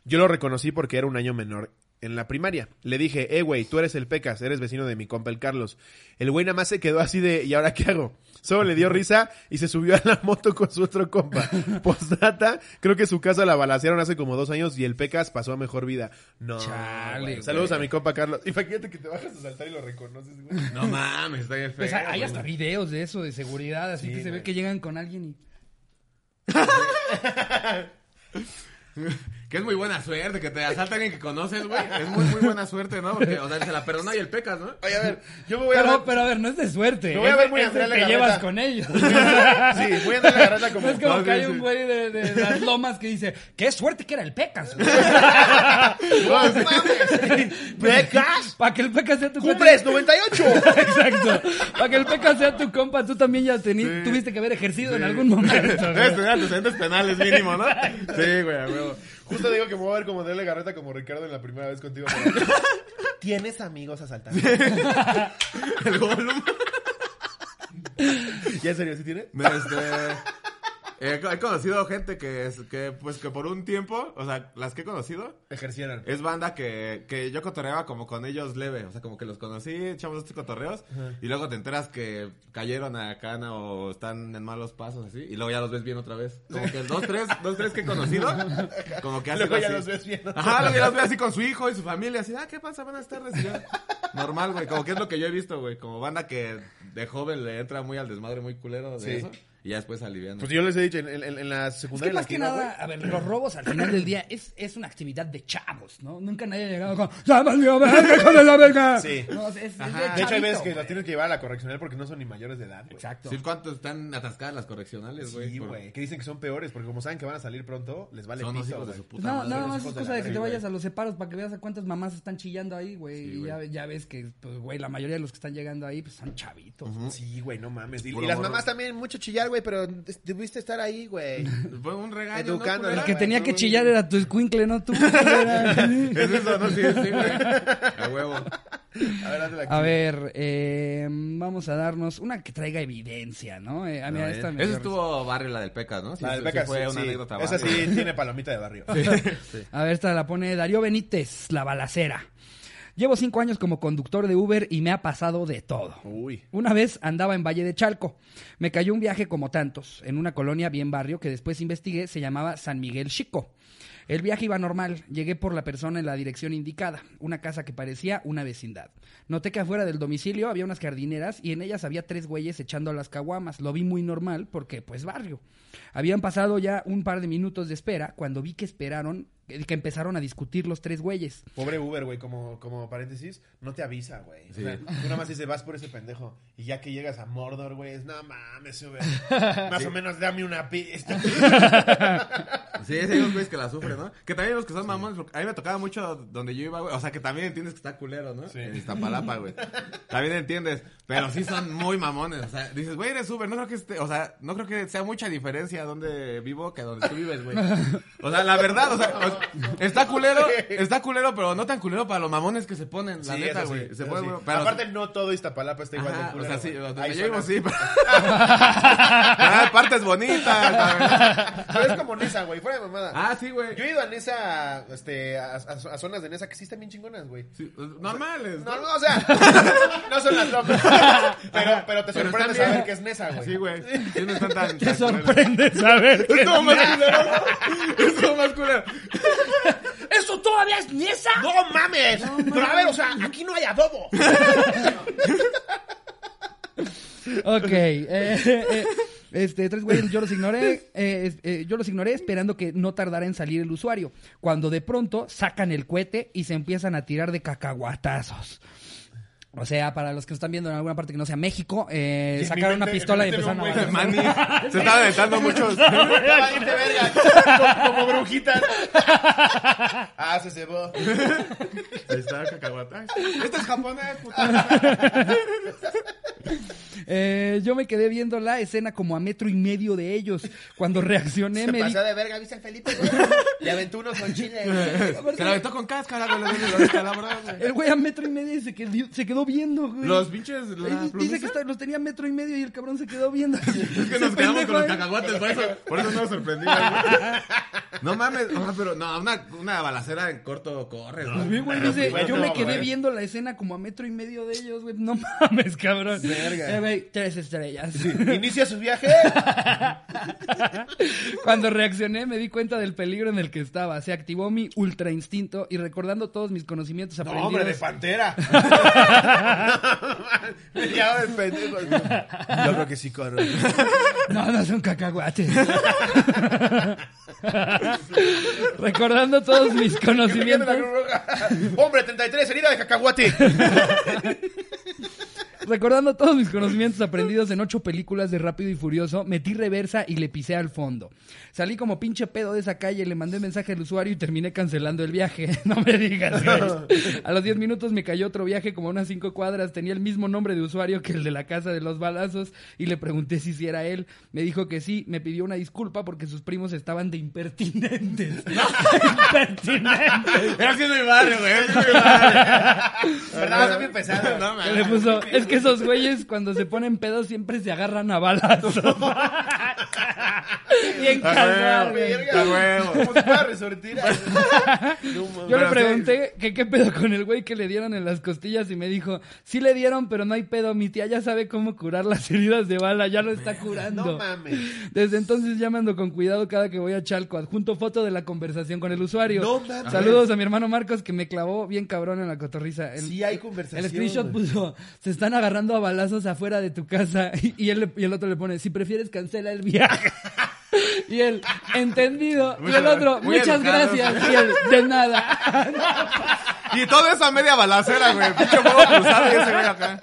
S3: Yo lo reconocí porque era un año menor en la primaria. Le dije, eh, güey, tú eres el pecas, eres vecino de mi compa el Carlos. El güey nada más se quedó así de, ¿y ahora qué hago? Solo le dio risa y se subió a la moto con su otro compa.
S1: (laughs)
S3: Postdata, creo que su casa la balacearon hace como dos años y el pecas pasó a mejor vida. No.
S1: Chale,
S3: güey.
S1: güey.
S3: Saludos a mi compa Carlos. Imagínate que te bajas a saltar y lo reconoces, güey.
S2: No mames, está bien feo.
S1: Pues hay, hay
S2: güey.
S1: hasta videos de eso, de seguridad, así que se ve que llegan con alguien y...
S2: Que es muy buena suerte, que te asalta alguien que conoces, güey. Es muy, muy buena suerte, ¿no? Porque, o sea, se la perdona y el pecas, ¿no?
S3: Oye, a ver, yo me voy a
S1: Pero,
S3: ver-
S1: pero a ver, no es de suerte.
S3: Me voy a
S1: es
S3: ver
S1: de-
S3: muy
S1: es de
S3: Andrea
S1: que
S3: Legarreta.
S1: llevas con ellos.
S3: (laughs) Sí, voy a andar agarrando como...
S1: No es como
S2: No,
S1: que hay
S2: sí,
S1: un
S2: sí.
S1: güey de, de las lomas que dice, qué suerte que era el
S3: (laughs)
S1: Pecas. (laughs)
S8: ¿Becas?
S1: Para que el Pecas sea tu compa.
S8: ¡Cumbres 98!
S1: (laughs) Exacto. Para que el Pecas sea tu compa, tú también ya teni- tuviste que haber ejercido en algún momento.
S2: Debes
S3: Este,
S2: tener antecedentes penales mínimo, ¿no? Sí, güey, a huevo.
S3: Justo digo que me voy a ver como Andrea Garreta como Ricardo en la primera vez contigo.
S8: ¿Tienes amigos asaltantes?
S2: El Gollum.
S3: (laughs) ¿Ya en serio sí tiene?
S2: Este, eh, he conocido gente que, es, que, pues, que por un tiempo, o sea, las que he conocido,
S3: Ejercieron.
S2: es banda que, que yo cotorreaba como con ellos leve, o sea, como que los conocí, echamos estos cotorreos, y luego te enteras que cayeron a cana o están en malos pasos, así, y luego ya los ves bien otra vez. Como que dos, tres, dos, tres que he conocido, como que hacen
S3: Luego ya
S2: así.
S3: los ves bien.
S2: Ajá, luego ya los ves así con su hijo y su familia, así, ah, ¿qué pasa? Buenas tardes, y ya. Normal, güey, como que es lo que yo he visto, güey, como banda que de joven le entra muy al desmadre, muy culero de
S3: Sí.
S2: eso, y ya después alivian.
S3: Pues yo les he dicho, en, en- en la
S1: Es
S3: secundaria...
S1: que
S3: en la
S1: más que
S3: iba,
S1: nada,
S3: güey,
S1: a ver, los robos al final del día es, es una actividad de chavos, ¿no? Nunca nadie ha llegado con ¡Ya valió verga, hijo de la verga!
S3: Sí.
S1: No, es, es- es de,
S3: De hecho, hay
S1: chavito,
S3: veces que
S1: güey.
S3: la tienen que llevar a la correccional porque no son ni mayores de edad. güey.
S1: Exacto.
S2: pues,
S1: Pues
S2: Sí, ¿cuánto están atascadas las correccionales, güey?
S3: Sí,
S2: Por-
S3: güey. Que dicen que son peores porque como saben que van a salir pronto, les vale
S2: Son los
S3: pito,
S2: hijos de
S3: güey.
S2: su puta
S1: Pues nada,
S2: madre.
S1: nada
S2: los
S1: más
S2: hijos
S1: es
S2: de la
S1: cosa de que
S2: verga.
S1: te vayas a los separos para que veas a cuántas mamás están chillando ahí, güey.
S2: Sí,
S1: y
S2: güey.
S1: ya, ya ves que, pues, güey, la mayoría de los que están llegando ahí, pues, son
S2: (laughs)
S1: chavitos.
S3: Sí, güey, no mames. Y, y
S2: Puro
S3: las
S2: morro.
S3: mamás también.
S8: mucho chillar, güey, pero debiste estar ahí, güey.
S2: Fue un regaño.
S3: Educando,
S2: ¿no?
S1: El
S3: ¿no?
S1: que
S3: güey,
S1: tenía
S3: tú,
S1: que
S3: güey.
S1: chillar era tu escuincle, no tú. (laughs)
S2: (laughs)
S1: Era-
S2: Es eso, ¿no? Sí, sí, güey. A huevo.
S3: A ver, hazle la
S1: A ver, eh, vamos a darnos una que traiga evidencia, ¿no? Eh, a mí esta me
S2: Eso
S1: dio
S2: estuvo barrio la del Pecas, ¿no? Sí,
S3: La del
S2: sí,
S3: Becas,
S2: sí fue
S3: sí,
S2: una
S3: sí.
S2: anécdota
S3: Esa
S2: barrio.
S3: sí tiene palomita de barrio.
S1: risa. A ver, esta la pone Darío Benítez, la balacera. Llevo cinco años como conductor de Uber y me ha pasado de todo.
S3: Uy.
S1: Una vez andaba en Valle de Chalco. Me cayó un viaje como tantos, en una colonia bien barrio que después investigué, se llamaba San Miguel Chico. El viaje iba normal, llegué por la persona en la dirección indicada, una casa que parecía una vecindad. Noté que afuera del domicilio había unas jardineras y en ellas había tres güeyes echando las caguamas. Lo vi muy normal porque pues barrio. Habían pasado ya un par de minutos de espera cuando vi que esperaron, eh, que empezaron a discutir los tres güeyes.
S3: Pobre Uber, güey, como, como paréntesis, no te avisa, güey. O sea, tú nada más dices, vas por ese pendejo. Y ya que llegas a Mordor, güey, es, no mames,
S2: (laughs)
S3: Uber. Más o menos dame una pista.
S2: Sí, sí, hay unos güeyes que la sufren, ¿no? Que también los que son mamones, porque a mí me tocaba mucho donde yo iba, güey. O sea, que también entiendes que está culero, ¿no? En Iztapalapa, güey. También entiendes. Pero sí son muy mamones. O sea, dices, güey, eres Uber. No creo que esté, o sea, no creo que sea mucha diferencia donde vivo que donde tú vives, güey. O sea, la verdad, o sea, o- está culero, está culero, pero no tan culero para los mamones que se ponen, la
S3: Sí, eso
S2: neta,
S3: sí,
S2: güey. se
S3: eso
S2: ponen,
S3: sí.
S2: güey, pero-
S3: Aparte, no todo Iztapalapa está igual de
S2: Ajá, o
S3: culero.
S2: sea, sí,
S3: güey.
S2: donde
S3: Hay
S2: yo vivo
S3: zonas-
S2: sí. pero- (laughs) Ah, pues. partes bonitas. la verdad.
S3: (laughs) Pero es como Nesa, güey, fuera de mamada.
S2: Ah, sí, güey.
S3: Yo he ido a Nesa, este, a, a- a zonas de Nesa que sí están bien chingonas, güey.
S2: Sí, pues, Normales.
S3: No,
S2: ¿no?
S3: no, o
S2: (laughs)
S3: sea, no son las locas. Pero, pero te
S2: Pero
S3: sorprende
S2: están bien.
S3: saber que es Nesa, güey. (laughs)
S2: Sí, güey. Sí, no están tan.
S1: Te
S2: tan culeros.
S1: sorprende saber que...
S2: Estuvo más culero. Estuvo más culero.
S1: ¿Eso todavía es niesa?
S8: ¡No mames! Pero a ver, o sea, aquí no hay adobo.
S1: Ok. eh, eh, este, tres güeyes, yo los ignoré. eh, es- eh, yo los ignoré esperando que no tardara en salir el usuario. Cuando de pronto sacan el cohete y se empiezan a tirar de cacahuatazos. O sea, para los que nos están viendo en alguna parte que no sea México, eh,
S3: Y en mi
S1: sacaron una
S3: mente-
S1: pistola y
S3: en mi mente
S1: empezaron a
S3: veo un
S1: balancear.
S2: Manny. Se estaba aventando muchos.
S3: Valiente verga, como, como brujita. Ah, se cebó.
S2: Ahí está, cacahuata. Este es japonés, puta.
S1: Ah, Eh, yo me quedé viendo la escena como a metro y medio de ellos.
S2: (laughs)
S1: Cuando reaccioné,
S8: Se
S1: eh, me di
S8: pasó de verga, ¿viste al Felipe, güey? Le aventó uno con chile, güey.
S2: Se la aventó con cáscara, güey. le- le- le calabró, güey.
S1: El güey a metro y medio y se quedó, se quedó viendo, güey.
S2: Los pinches. la
S1: Él dice
S2: plumiza.
S1: que está- los tenía metro y medio y el cabrón se quedó viendo.
S2: (laughs) Es que nos quedamos con los cacahuates, por eso, por eso no nos sorprendimos. güey. (laughs) No mames, o sea, pero no, una, una balacera en corto corre. güey.
S1: Bien, güey, dice,
S3: Bueno,
S1: yo me
S3: no,
S1: quedé
S3: güey.
S1: viendo la escena como a metro y medio de ellos, güey. No (laughs) mames, cabrón. Eh, güey, tres estrellas.
S3: Inicia su viaje.
S1: (laughs) Cuando reaccioné me di cuenta del peligro en el que estaba. Se activó mi ultra instinto y recordando todos mis conocimientos
S3: No,
S1: aprendidos. (laughs)
S3: hombre, de pantera. (laughs) mames. Media hora el pendejo. Yo creo que sí, corro.
S1: (laughs) No, no es un cacahuate. (laughs) Recordando todos mis conocimientos.
S3: Hombre, 33, herida
S1: (laughs)
S3: de cacahuate.
S1: Recordando todos mis conocimientos aprendidos en ocho películas de Rápido y Furioso, metí reversa y le pisé al fondo. Salí como pinche pedo de esa calle, le mandé mensaje al usuario y terminé cancelando el viaje. (laughs) No me digas. güey. A los 10 minutos me cayó otro viaje como a unas cinco cuadras. Tenía el mismo nombre de usuario que el de la casa de los balazos y le pregunté si sí era él. Me dijo que sí, me pidió una disculpa porque sus primos estaban de impertinentes. (laughs) impertinentes.
S2: Era así mi barrio, güey. así es mi
S3: ¿Verdad? Está bien pesado.
S2: barrio. No,
S1: Que le
S2: mames.
S1: puso, es que esos güeyes cuando se ponen pedos siempre se agarran a
S3: (laughs)
S1: balazos. (laughs) Bien
S2: A
S1: casual,
S2: huevo,
S1: güey.
S2: a huevo.
S3: Como si fuera resortera.
S1: Yo le
S2: Pero sí.
S1: pregunté que qué pedo con el güey que le dieron en las costillas y me dijo, sí le dieron, pero no hay pedo, mi tía ya sabe cómo curar las heridas de bala, ya lo está curando.
S3: No mames.
S1: Desde entonces ya me ando con cuidado cada que voy a Chalco. Adjunto foto de la conversación con el usuario.
S3: No mames.
S1: Saludos a mi hermano Marcos que me clavó bien cabrón en la cotorriza. El-
S3: Sí hay conversación.
S1: El screenshot
S3: güey.
S1: puso, se están agarrando a balazos afuera de tu casa. (laughs) Y, y él le- y el otro le pone, si prefieres cancela el viaje. (laughs) Y él, entendido. y el
S2: Muchas-
S1: otro,
S2: muy
S1: muchas
S2: educado".
S1: gracias. Y él, de nada.
S2: Y todo eso a media balacera, güey. Pinche huevo cruzado y ese güey acá.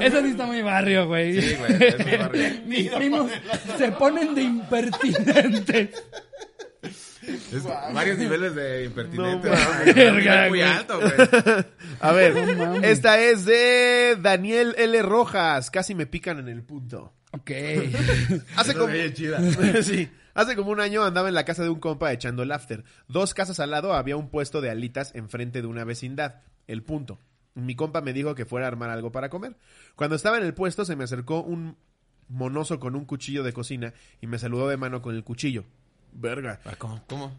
S1: Eso sí está muy barrio, güey.
S2: Sí, güey, es mi
S1: (laughs)
S2: barrio.
S1: Mis primos se ponen de impertinentes.
S2: Es varios niveles de impertinente.
S3: No
S2: güey. Es un nivel Muy
S1: güey.
S2: alto, güey.
S3: A ver, esta es de Daniel L. Rojas. Casi me pican en el punto.
S1: Ok.
S3: Hace como...
S2: Oye, chida.
S3: (laughs) sí. Hace como un año andaba en la casa de un compa echando el after. Dos casas al lado había un puesto de alitas enfrente de una vecindad. El punto. Mi compa me dijo que fuera a armar algo para comer. Cuando estaba en el puesto se me acercó un monoso con un cuchillo de cocina y me saludó de mano con el cuchillo. Verga.
S2: Ah, ¿Cómo? ¿Cómo?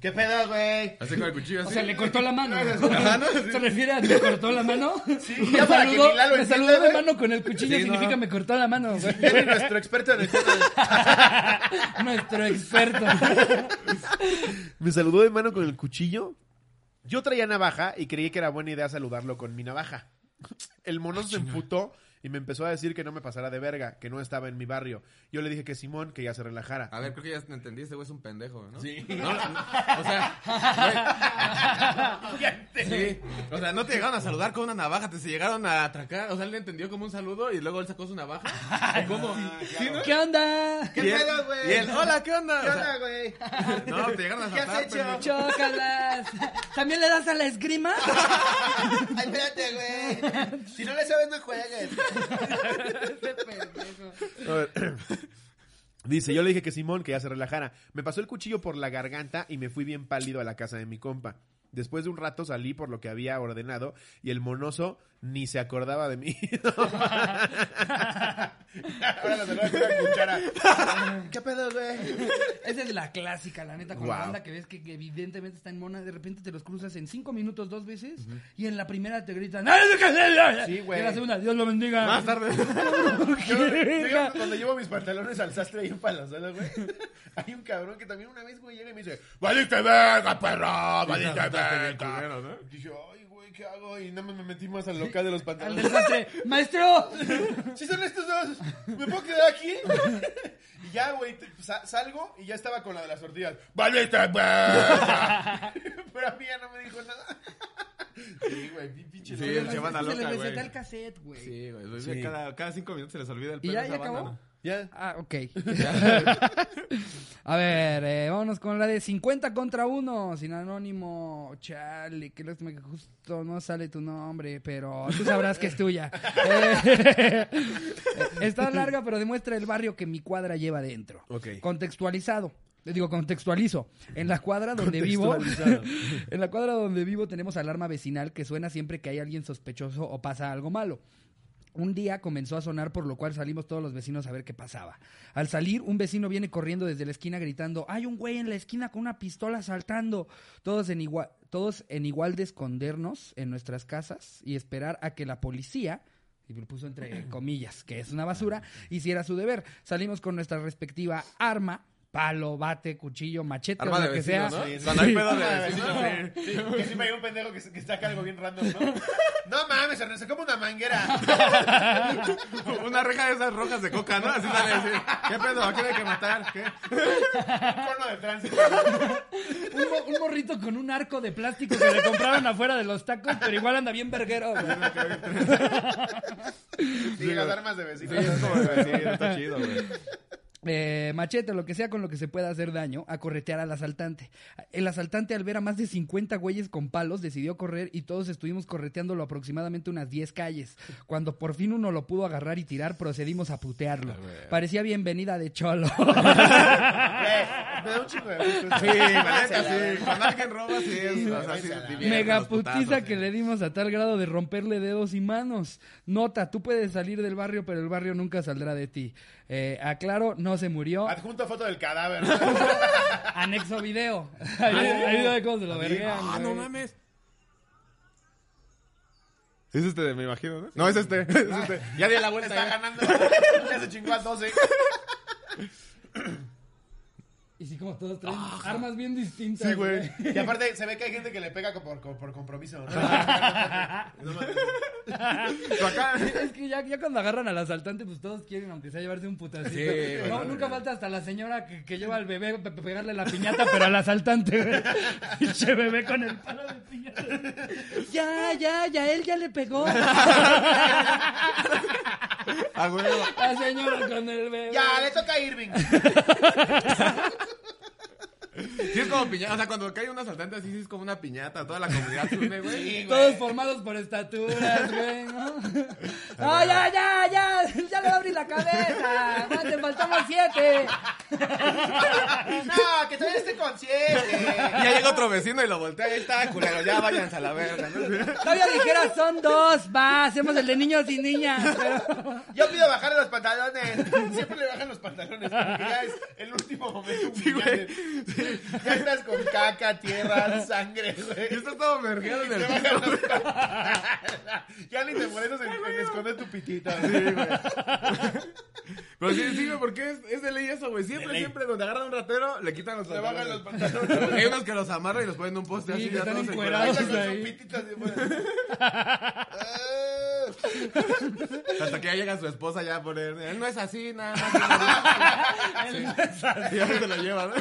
S8: ¿Qué pedo, güey?
S2: Así con el cuchillo
S1: O
S2: así.
S1: sea, le cortó
S2: (laughs)
S1: la mano.
S2: Ajá, ¿no? Sí.
S1: (laughs) ¿Se refiere a que le cortó la mano? Sí,
S8: ya para que
S1: saludó,
S8: ni Lalo
S1: me
S8: entienda,
S1: saludó de
S8: güey.
S1: mano con el cuchillo,
S2: Sí, no.
S1: significa me cortó la mano, güey.
S8: Viene nuestro experto en el tema de-
S1: Nuestro experto.
S3: Me saludó de mano con el cuchillo. Yo traía navaja y creí que era buena idea saludarlo con mi navaja. El mono se emputó y me empezó a decir que no me pasara de verga, que no estaba en mi barrio. Yo le dije que Simón, que ya se relajara.
S2: A ver, creo que ya te entendí. Este güey es un pendejo, ¿no? Sí. No, no, o
S8: (laughs)
S2: sea, güey. Sí. O sea, no te llegaron a saludar con una navaja, te se llegaron a atracar. O sea, él le entendió como un saludo y luego él sacó su navaja. ¿O ¿Cómo? ¿Sí, no?
S1: ¿Qué onda?
S8: (laughs) ¿Qué
S2: Y él-
S8: pedo, güey?
S2: Y él, hola, ¿qué onda?
S8: ¿Qué
S2: O sea,
S8: onda, (laughs) güey?
S2: no, te llegaron a
S8: ¿Qué has
S2: saludar.
S8: hecho?
S1: Chócalas. ¿También le das a la esgrima?
S8: Ay, espérate, güey. Si no le sabes, no (laughs) juegues.
S3: A ver. (coughs) Dice, yo le dije que Simón, que ya se relajara. Me pasó el cuchillo por la garganta y me fui bien pálido a la casa de mi compa. Después de un rato salí por lo que había ordenado y el monoso ni se acordaba de mí. (laughs) Ahora lo saluda con una cuchara.
S8: ¿Qué pedo, güey?
S1: Esa es la clásica, la neta, con la
S3: Wow.
S1: banda que ves que que evidentemente está en mona, de repente te los cruzas en cinco minutos dos veces y en la primera te gritan ¡Ay, no, cancela!
S3: Sí, güey.
S1: Y en la segunda, Dios lo bendiga.
S2: Más tarde.
S1: (laughs)
S3: Yo,
S2: (laughs)
S3: yo cuando llevo mis pantalones al sastre ahí en Palazuelos, güey, (laughs) hay un cabrón que también una vez, güey, llega y me dice, ¡Valiste verga, perro! ¡Valiste verga!
S2: ¿no?
S3: Y dije, ay, güey, ¿qué hago? Y nada más me metí más al local de los
S1: Al
S3: pantalones.
S1: desastre, ¡Maestro!
S3: Si son estos dos, ¿me puedo quedar aquí? (laughs) Y ya, güey, te- pues, sa- salgo y ya estaba con la de las tortillas. ¡Valiste
S2: (laughs)
S3: verga! (laughs) Pero a mí ya no me dijo nada. (laughs) Sí, güey, bien pinche
S2: Sí,
S3: loco.
S2: el chaval
S1: se le
S2: loca,
S1: receta
S2: güey.
S1: el cassette, güey.
S2: Sí, güey. pues,
S3: Sí.
S2: Cada, cada cinco minutos se les olvida el
S1: ¿Y
S2: pelo.
S1: ya,
S2: esa
S1: ya
S2: banda,
S1: acabó?
S2: ¿no?
S3: Ya.
S1: Ah, ok. A ver, eh, vámonos con la de 50 contra 1, sin anónimo. Chale, qué lástima que justo no sale tu nombre, pero tú sabrás que es tuya. Eh, está larga, pero demuestra el barrio que mi cuadra lleva dentro.
S3: Ok.
S1: Contextualizado. Le Digo, contextualizo. En la cuadra donde vivo, (laughs) en la cuadra donde vivo tenemos alarma vecinal que suena siempre que hay alguien sospechoso o pasa algo malo. Un día comenzó a sonar, por lo cual salimos todos los vecinos a ver qué pasaba. Al salir, un vecino viene corriendo desde la esquina gritando, hay un güey en la esquina con una pistola saltando. Todos en igual, todos en igual de escondernos en nuestras casas y esperar a que la policía y lo puso
S2: (clears throat) Ah,
S1: entre comillas, que es una basura, hiciera su deber. Salimos con nuestra respectiva arma palo, bate, cuchillo, machete,
S2: Arma
S1: o
S2: de
S1: lo que sea.
S2: vecino, ¿no? Cuando hay pedo de vecino, sí.
S8: Sí, que siempre hay un pendejo que, se- que saca algo bien random,
S2: (laughs)
S8: ¿no? No mames, Ernesto, como una manguera.
S2: Una reja de esas rojas de coca, ¿no? Así sale así. ¿Qué pedo? ¿A quién hay que matar? ¿Qué?
S8: Un cono de tránsito.
S1: Un, mo- un morrito con un arco de plástico que le compraron afuera de los tacos, pero igual anda bien verguero.
S2: (laughs)
S1: güey.
S8: Sí, las armas de vecino.
S2: Sí, es como de vecino, está chido, güey.
S1: Eh, machete, lo que sea con lo que se pueda hacer daño, a corretear al asaltante. El asaltante, al ver a más de 50 güeyes con palos, decidió correr y todos estuvimos correteándolo aproximadamente unas 10 calles. Cuando por fin uno lo pudo agarrar y tirar, procedimos a putearlo. Parecía bienvenida de cholo. (laughs)
S8: Güey, me da un chingo de gusto.
S2: Sí, la neta, sí. Cuando alguien roba, sí es. O sea, sí se divierten los
S1: Megaputiza
S2: putazos,
S1: que
S2: sí.
S1: le dimos a tal grado de romperle dedos y manos. Nota, tú puedes salir del barrio, pero el barrio nunca saldrá de ti. Eh, aclaro, no se
S3: (laughs)
S1: murió.
S8: Adjunto foto del cadáver.
S1: Anexo video. Ahí ahí ve cómo se lo verguean,
S2: Ah,
S1: güey.
S2: no mames. Es este, de me imagino, ¿no? No, es este. (laughs) Es este. Ya di la vuelta.
S8: Está
S2: ya.
S8: ganando. Ya se chingó al 12.
S1: Y sí, como todos traen armas bien distintas.
S2: Sí, güey.
S8: Y aparte, se ve que hay gente que le pega como por, como por compromiso. ¿no? No mames.
S2: Acá.
S1: (laughs) Es que ya, ya cuando agarran al asaltante, pues todos quieren, aunque sea llevarse un putacito.
S2: Sí, güey,
S1: no,
S2: no,
S1: nunca falta hasta la señora que, que lleva al bebé pe- pe- pegarle la (laughs) piñata, pero al asaltante, (laughs) güey. Pinche bebé con el palo de piñata. Ya, ya, ya, él ya le (laughs) pegó.
S2: A huevo.
S1: La señora con el bebé.
S8: Ya, le toca a Irving.
S2: Sí, es como piñata. O sea, cuando cae un asaltante así, sí es como una piñata. Toda la comunidad se une, güey.
S8: Sí, güey.
S1: Todos formados por estaturas, güey, ¿no? ¡No, Ah, ya, ya, ya! ¡Ya le va a abrir la cabeza! ¡Juan, te faltamos siete!
S8: No, que todavía esté
S2: (laughs)
S8: consciente.
S2: Y ya llega otro vecino y lo voltea. Ahí está, culero. Ya váyanse a la verga, ¿no?
S1: Todavía dijera, son dos, va, hacemos el de niños y niñas, pero...
S8: Yo pido bajarle los pantalones. Siempre le bajan los pantalones. Porque ya es el último momento. humillante. Ya estás con caca, tierra, sangre, güey.
S2: Y está todo mergueado en
S8: Te
S2: el
S8: bajan
S2: piso.
S8: los pantalones. Ya ni te molestas en, en esconder tu pitita. güey.
S2: Pero sí, sí, güey, porque es, es de ley eso, güey. Siempre, siempre, donde agarran un ratero, le quitan los
S8: Te bajan los
S2: pantalones. (laughs)
S8: pantalones.
S2: Hay unos que los amarran y los ponen en un poste
S1: Sí,
S2: así.
S1: que
S2: ya
S1: están
S2: todos
S1: encuerados.
S8: Ahí
S2: encuerados.
S8: están con
S1: Ahí.
S8: su pitita así, güey. Ah.
S2: Hasta que ya llega su esposa ya a poner. Él no es así, nada (laughs) más. Él no es así. Y ya se lo lleva, ¿no?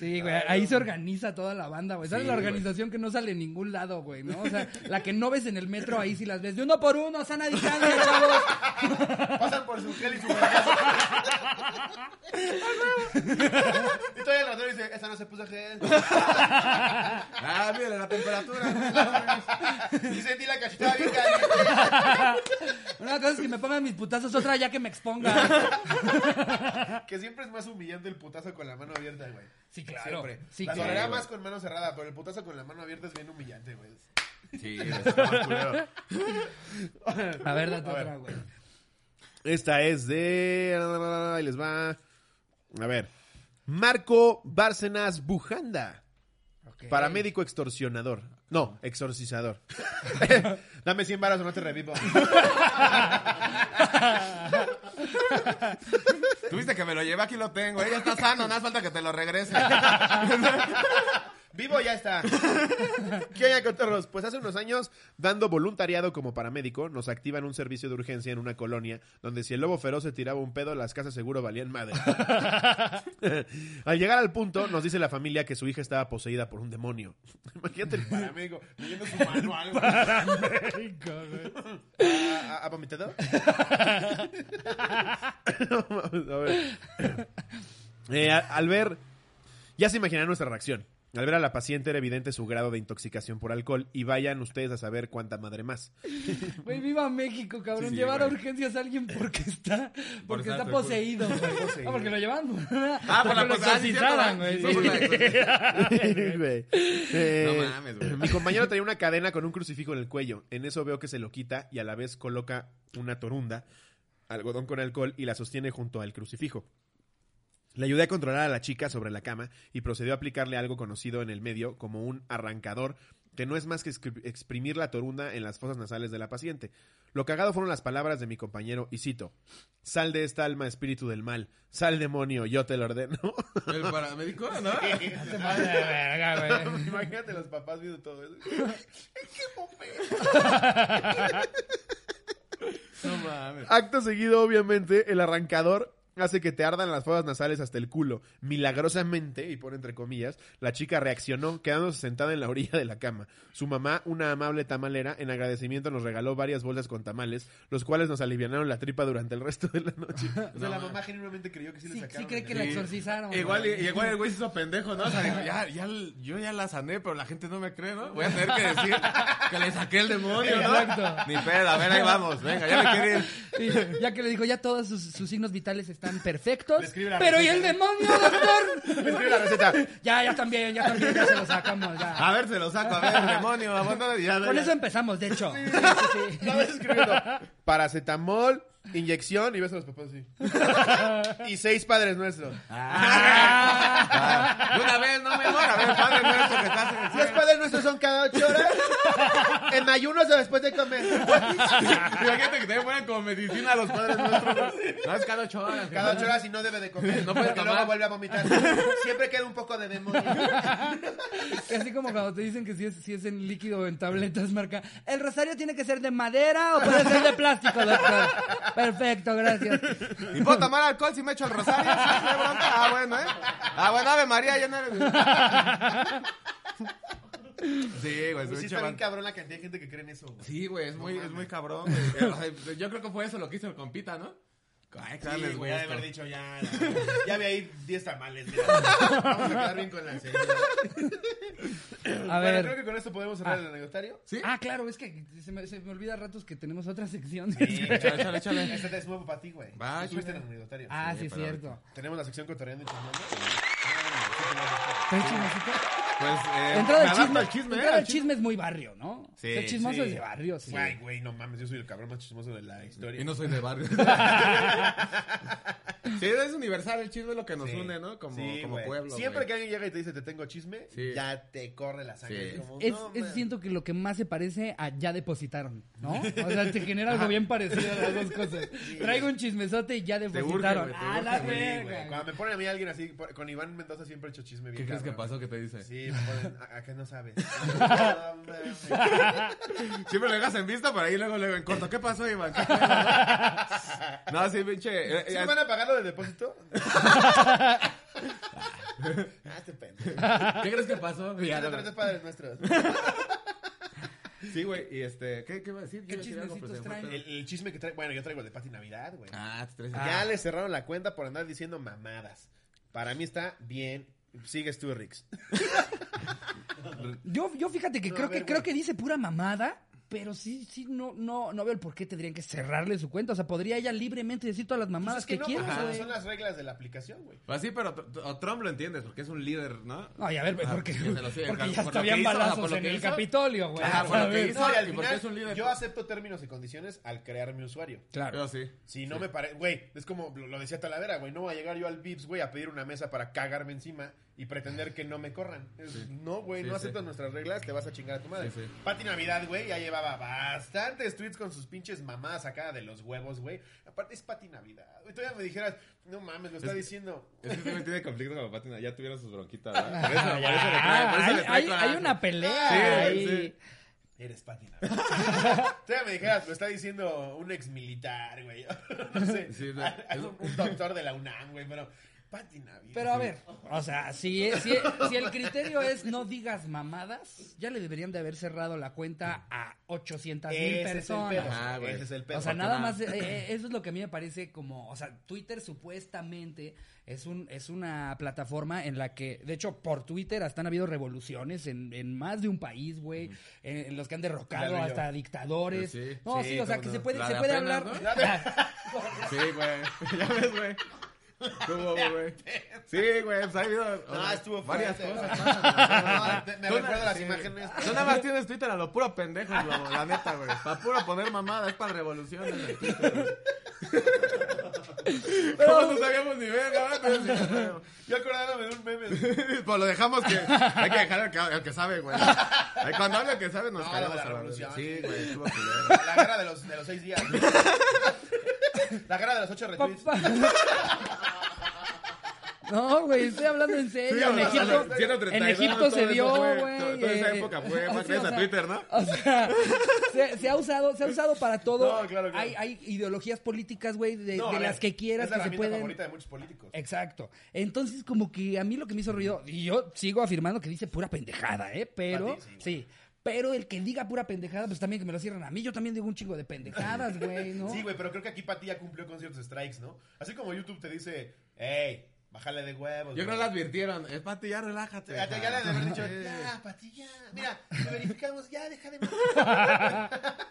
S1: Sí, güey, ahí se organiza toda la banda, güey. ¿Sabes la organización que no sale en ningún lado, güey, no? O sea, la que no ves en el metro, ahí sí las ves. De uno por uno, sana distancia, chavos.
S8: Pasan por su gel y su vergazo. y todavía el ratero dice, esa no se puso gel.
S2: Ah, mira la temperatura.
S8: Y sentí la cachetada bien caliente.
S1: Una cosa es que me pongan mis putazos, otra ya que me expongan.
S8: Que siempre es más humillante el putazo con la mano abierta, güey.
S1: Sí, claro.
S8: Siempre.
S1: Sí,
S8: la
S1: claro.
S8: soledad más con mano cerrada, pero el putazo con la mano abierta es bien humillante, güey.
S2: Sí, está más culero.
S1: A ver, date otra, güey.
S3: Esta es de. Ahí les va. A ver. Marco Bárcenas Bujanda.
S1: Ok.
S3: Paramédico extorsionador. No,
S1: (laughs)
S3: exorcizador. (laughs)
S8: Dame 100 varas o no te revivo.
S2: Tuviste que me lo llevé, aquí lo tengo. Ella está sano, nada más falta que te lo (laughs) regrese.
S8: Vivo ya está.
S3: ¿Qué onda, cotorros? Pues hace unos años, dando voluntariado como paramédico, nos activan un servicio de urgencia en una colonia donde si el lobo feroz se tiraba un pedo, las casas seguro valían madre. al llegar al punto, nos dice la familia que su hija estaba poseída por un demonio. (laughs) Imagínate el paramédico leyendo su manual.
S2: (laughs)
S3: güey.
S2: Ah,
S3: ¿Ha ha vomitado? (laughs) No, mames, a ver. Eh, a- al ver, ya se imaginarán nuestra reacción. Al ver a la paciente era evidente su grado de intoxicación por alcohol y vayan ustedes a saber cuánta madre más. (laughs)
S1: Güey, viva México, cabrón.
S2: Sí, sí,
S1: Llevar a
S2: güey.
S1: urgencias a alguien porque está, porque
S2: estar
S1: está
S2: alcohol.
S1: poseído, güey. Ah, porque lo llevaron.
S2: Ah, por
S1: porque
S2: la
S1: lo
S2: cosa. Ah, sí,
S1: exorcizaran,
S2: cierto, güey.
S1: güey.
S2: Fue por la exorcización.
S3: Güey. Eh,
S2: No mames, güey.
S3: Mi compañero traía una cadena con un crucifijo en el cuello. En eso veo que se lo quita y a la vez coloca una torunda, algodón con alcohol y la sostiene junto al crucifijo. Le ayudé a controlar a la chica sobre la cama y procedió a aplicarle algo conocido en el medio como un arrancador que no es más que excri- exprimir la torunda en las fosas nasales de la paciente. Lo cagado fueron las palabras de mi compañero, y cito, sal de esta alma, espíritu del mal, sal demonio, yo te lo ordeno. (laughs)
S2: El paramédico, ¿no?
S3: Imagínate los papás viendo todo eso.
S2: No mames.
S3: Acto seguido, obviamente, el arrancador hace que te ardan las fosas nasales hasta el culo. Milagrosamente, y por entre comillas, la chica reaccionó quedándose sentada en la orilla de la cama. Su mamá, una amable tamalera, en agradecimiento nos regaló varias bolsas con tamales, los cuales nos alivianaron la tripa durante el resto de la noche.
S8: O sea, la mamá genuinamente creyó que sí le
S1: Sí,
S8: sacaron.
S1: sí cree que
S8: el-
S1: la exorcizaron.
S2: Igual,
S1: güey.
S2: y- igual el güey se hizo pendejo, ¿no? O sea, dijo, ya, ya, yo ya la sané, pero la gente no me cree, ¿no? Voy a tener que decir que le saqué el demonio, ¿no?
S1: Exacto.
S2: Ni pedo, a ver, ahí vamos. Venga, ya me quiere ir.
S1: Y ya que le dijo, ya todos sus, sus signos vitales están perfectos.
S8: Le escribe la
S1: Pero ¿y
S8: receta.
S1: el demonio, doctor?
S3: Me escribe la receta.
S1: ya, ya también, ya también, ya se lo sacamos. Ya.
S2: A ver, se lo saco, a ver, demonio, abandona, Ah, ya,
S1: Con
S2: ya.
S1: eso empezamos, de hecho.
S3: La ves escribiendo, Paracetamol, inyección, y ves a los papás así. y seis padres nuestros.
S2: Ah, de una vez, no, mi amor, a ver, padre nuestro que estás en el
S3: Los
S2: cielo.
S3: padres nuestros son cada ocho horas. En ayunos o después de comer.
S2: pues. Imagínate que te ponen como medicina a los padres nuestros. No, es cada ocho horas.
S3: Cada ocho horas y no debe de comer.
S2: No puede
S3: porque
S2: tomar.
S3: luego vuelve a vomitar. Siempre queda un poco de demonio.
S1: Así como cuando te dicen que si es, si es en líquido o en tabletas, marca. El rosario tiene que ser de madera o puede ser de plástico, doctor. Perfecto, gracias.
S2: ¿Y puedo tomar alcohol si me echo el rosario? Sí, no hay bronca. Ah, bueno, ¿eh? Ah, bueno, Ave María, ya no eres... Sí, güey,
S8: Pues
S2: es un
S8: sí está bien
S2: chaval.
S8: cabrón la cantidad de gente que cree en eso, güey.
S2: Sí, güey, es muy, es muy cabrón. güey. Eh, O sea, yo creo que fue eso lo que hizo el compita, ¿no? Ay,
S8: Sí,
S2: Carles, güey.
S8: güey, ya de haber dicho ya. la- Ya había ahí 10 tamales. mira. Vamos a quedar bien con la señora.
S1: A
S3: Bueno, creo
S1: ver.
S3: que con esto podemos cerrar el anecdotario.
S2: ¿Sí?
S1: Ah, claro, es que se me, se me olvida a ratos que tenemos otra sección.
S2: Échale, échale, échale.
S8: Este es nuevo para ti, güey.
S2: Va,
S8: Tú tuviste el
S2: échale.
S8: anecdotario.
S1: ah,
S2: Sí,
S1: sí, es
S2: pero
S1: cierto.
S3: Tenemos la sección cotorreando y chismeando.
S1: Pero chismecito.
S2: Pues, eh,
S1: Entrada
S2: me
S1: al
S2: adapto
S1: chisme.
S2: al chisme,
S1: entrada
S2: ¿eh?
S1: al chisme es muy barrio, ¿no?
S2: Sí,
S1: O sea, chismoso
S2: sí.
S1: es de barrio, sí.
S3: Güey, güey, no mames, yo soy el cabrón más chismoso de la historia.
S2: Y no soy de barrio. sí, es universal, el chisme es lo que nos
S8: Sí.
S2: une, ¿no? Como,
S8: Sí,
S2: como
S8: güey.
S2: pueblo.
S3: Siempre
S2: güey.
S3: que alguien llega y te dice te tengo chisme,
S2: Sí.
S3: ya te corre la sangre.
S2: Sí.
S3: Es como,
S1: Es,
S3: no,
S1: es-
S3: man.
S1: siento que lo que más se parece a ya depositaron, ¿no? O
S2: (laughs)
S1: sea, te genera algo bien parecido a las dos cosas. Traigo un chismesote y ya
S2: urge,
S1: depositaron.
S2: güey, te
S1: ah,
S2: urge,
S1: la
S3: Sí, güey. Cuando
S1: verga.
S3: me ponen a mí alguien así, por- con Iván Mendoza siempre he hecho chisme bien.
S2: ¿Qué crees que
S3: cabrón.
S2: pasó? ¿Qué te dice?
S3: Sí, me
S2: (laughs)
S3: ponen, ¿a, a qué no sabes? No, mames.
S2: Siempre lo dejas en vista para ahí luego luego en corto. ¿Qué pasó, (laughs) Iván? ¿Qué pedo? no, sí, pinche. eh,
S3: ¿Sí
S2: eh,
S3: me van a pagar lo del
S2: (laughs)
S3: depósito? ah, este pendejo.
S2: (laughs)
S3: Este
S2: ¿Qué crees que pasó? Ya,
S3: Tiene
S2: no, no.
S3: tres padres
S2: (laughs)
S3: nuestros.
S2: Sí, güey, y este, ¿qué, qué iba a decir?
S1: ¿Qué
S2: Yo iba a decir algo, pero se
S1: chismecitos
S2: me fue
S1: traen?
S2: el pedo.
S3: El, el chisme que traigo, bueno, yo traigo el de Pati Navidad, güey.
S2: Ah, te traes-
S3: Ya le cerraron la cuenta por andar diciendo mamadas. Para mí está bien. Sigues tú, Rix.
S1: Yo, yo fíjate que
S3: No,
S1: creo
S3: a
S1: que
S3: ver,
S1: creo
S3: güey.
S1: que dice pura mamada. Pero sí, sí, no, no, no veo el por qué tendrían que cerrarle su cuenta. O sea, podría ella libremente decir todas las mamadas
S3: Es que
S1: que,
S3: no,
S1: quiera,
S3: pues,
S1: güey.
S3: son las reglas de la aplicación, güey.
S2: Pues sí, pero t- t- a Trump lo entiendes porque es un líder, ¿no?
S1: Ay, a ver, güey,
S2: Ah,
S1: porque,
S2: que se lo sigue,
S1: porque ya
S2: claro, por lo
S1: estaban
S2: que hizo, ajá, por
S1: balazos
S2: lo
S1: en
S2: que
S1: el
S2: hizo.
S1: Capitolio, güey.
S2: Ajá, por lo
S1: ¿sabes?
S2: que hizo.
S3: No, y al
S2: ¿y por qué es un
S3: final,
S2: líder?
S3: yo acepto términos y condiciones al crear mi usuario.
S1: Claro.
S2: Yo sí.
S3: Si no me parece, güey, es como lo, lo decía Talavera, güey, no voy a llegar yo al Vips, güey, a pedir una mesa para cagarme encima y pretender que no me corran. Es- No, güey,
S2: Sí,
S3: no
S2: sí.
S3: aceptas nuestras reglas, te vas a chingar a tu madre.
S2: Sí, sí.
S3: Pati Navidad, güey, ya llevaba bastantes tweets con sus pinches mamás acá de los huevos, güey. Aparte es Pati Navidad. güey, todavía me dijeras, no mames, lo está diciendo.
S2: Es que también tiene conflicto con la patina. Ya tuvieron sus bronquitas,
S1: (laughs)
S2: ¿verdad? Por
S1: Ah,
S2: eso, por eso le trae, por eso
S1: hay,
S2: le trae
S1: hay-
S2: coraje.
S1: hay una pelea.
S2: Sí,
S1: ahí.
S2: sí.
S3: Eres Pati Navidad.
S2: (laughs)
S3: todavía me dijeras, lo está diciendo un ex militar, güey. (laughs) no sé.
S2: Sí, no, es-
S3: un, un doctor de la UNAM, güey, pero Pati Navidad.
S1: Pero a ver, o sea, si, si, si el criterio es no digas mamadas, ya le deberían de haber cerrado la cuenta a 800 mil
S3: Ese es el pedo.
S1: personas.
S2: Ajá, güey.
S3: Ese es el pedo.
S1: O sea,
S2: porque
S1: nada
S2: nada.
S1: más, eh, eh, eso es lo que a mí me parece como, o sea, Twitter supuestamente es un es una plataforma en la que, de hecho, por Twitter hasta han habido revoluciones en, en más de un país, güey, en, en los que han derrocado
S3: Claro, yo.
S1: hasta dictadores.
S2: Pues Sí, sí.
S1: no, sí,
S2: Sí,
S1: o sea,
S2: cómo
S1: que
S2: no.
S1: se puede,
S2: La
S1: se
S2: de
S1: puede
S2: apenas,
S1: hablar.
S2: Sí, güey. (laughs) Ya ves, güey. Estuvo, güey. Sí, güey. Pues ha habido o
S3: No,
S2: sea,
S3: estuvo
S2: varias
S3: fuerte.
S2: cosas.
S3: No, te- me
S2: Tú
S3: recuerdo
S2: na-
S3: las
S2: sí.
S3: imágenes.
S2: Tú nada más tienes Twitter a lo puro pendejo,
S3: (laughs)
S2: güey, la neta, güey. Para puro poner mamada, es para revoluciones. güey. ¿Cómo no sabíamos ni verga? va? Pero sí.
S3: Yo acordándome de un meme.
S2: (laughs) Pues lo dejamos que hay que dejar al que, al que sabe, güey. Ay, Cuando habla el que sabe nos
S3: No,
S2: callamos
S3: la
S2: a la
S3: revolución.
S2: verga. Sí, güey, estuvo culero.
S3: La guerra de los, de los seis días.
S1: (laughs)
S3: güey. La guerra de los ocho retweets.
S1: Papá. (laughs) No, güey, estoy hablando en serio. en,
S2: Sí,
S1: Egipto,
S2: o sea, 132,
S1: en Egipto se
S2: todo
S1: dio,
S2: eso fue-
S1: güey.
S2: todo- Toda esa
S1: eh,
S2: época fue
S1: o (laughs)
S2: más
S1: sea, o
S2: gracias a
S1: sea,
S2: Twitter, ¿no?
S1: O sea, se, se ha usado, se ha usado para todo.
S3: No, claro, claro.
S1: Hay, hay ideologías políticas, güey, de,
S3: No,
S1: de
S3: a ver,
S1: las que quieras
S3: es la
S1: que se
S3: herramienta
S1: pueden. Eh,
S3: favorita de muchos políticos.
S1: Exacto. Entonces, como que a mí lo que me hizo ruido, y yo sigo afirmando que dice pura pendejada, ¿eh? Pero,
S3: Para ti,
S1: sí. Pero el que diga pura pendejada, pues también que me lo cierran a mí. Yo también digo un chingo de pendejadas, güey, ¿no?
S3: Sí, güey, pero creo que aquí Pati ya cumplió con ciertos strikes, ¿no? Así como YouTube te dice, hey, bájale de huevos.
S2: Yo creo que
S3: güey".
S2: la advirtieron. Es Pati, ya relájate.
S3: Ya, ya, ya le han de haber dicho, ya, Pati, ya. Mira, lo verificamos, ya,
S1: (laughs)
S3: deja de (laughs)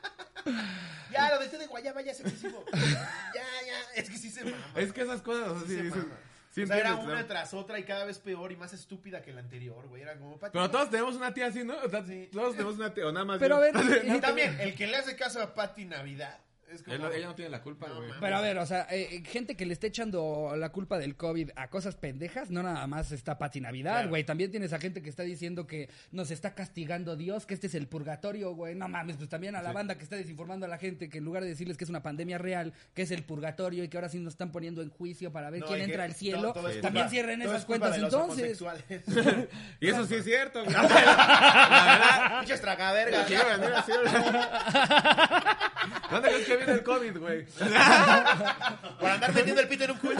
S3: Ya, lo de este de Guayaba ya es excesivo. Ya, ya, es que sí se mama.
S2: Es que esas cosas así
S3: se
S2: dices.
S3: mama.
S2: sí
S3: o sea, era
S2: entiendes,
S3: una
S2: ¿no?
S3: tras otra y cada vez peor y más estúpida que la anterior, güey. Era como, Pati.
S2: Pero todos tenemos una tía así, ¿no? O sea, Todos tenemos una tía, o nada más.
S1: Pero a
S2: yo.
S1: ver,
S2: (laughs)
S3: Y también, el que le hace caso a Pati Navidad es como.
S2: Él no- ella no tiene la culpa, güey.
S3: mames.
S1: Pero a ver, o sea, eh, gente que le esté echando la culpa del COVID a cosas pendejas, no nada más está Pati Navidad,
S3: Claro.
S1: güey. También tienes a gente que está diciendo que nos está castigando Dios, que este es el purgatorio, güey. No mames, pues también a la banda que está desinformando a la gente que en lugar de decirles que es una pandemia real, que es el purgatorio y que ahora sí nos están poniendo en juicio para ver
S3: No,
S1: quién
S3: y que
S1: entra al
S3: todo-
S1: cielo,
S3: todo es culpa-
S1: también cierren
S3: todo
S1: esas
S3: es culpa
S1: cuentas
S3: de los
S1: entonces.
S2: (laughs)
S3: homosexuales. (laughs)
S2: Y eso sí es cierto, güey.
S3: Muchas tragavergas.
S2: Quiero venir así, güey. ¿Dónde crees que viene el COVID, güey?
S3: (laughs) Por andar metiendo el pito en un culo.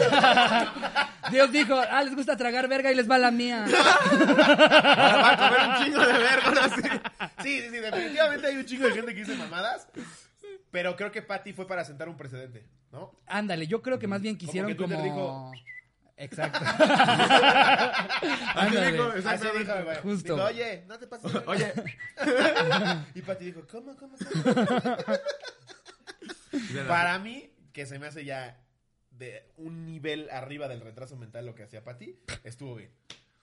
S1: Dios dijo, ah, les gusta tragar verga y les va la
S3: (laughs)
S1: mía.
S2: Ahora va a comer un chingo de verga, ahora sí.
S3: Sí, sí, sí, definitivamente hay un chingo de gente que dice mamadas. Pero creo que Patty fue para sentar un precedente, ¿no?
S1: Ándale, yo creo que más bien quisieron
S3: Como que
S1: como...
S3: Twitter (laughs)
S1: Exacto.
S2: Así
S1: Ándale.
S2: dijo,
S3: Así
S2: exactamente.
S3: dijo, güey.
S1: Justo.
S3: Dijo, oye, no te
S2: (laughs)
S3: pases. de
S2: Oye,
S3: verga". Y Patty dijo, ¿cómo, cómo? cómo? para mí, que se me hace ya de un nivel arriba del retraso mental lo que hacía Patty, estuvo bien.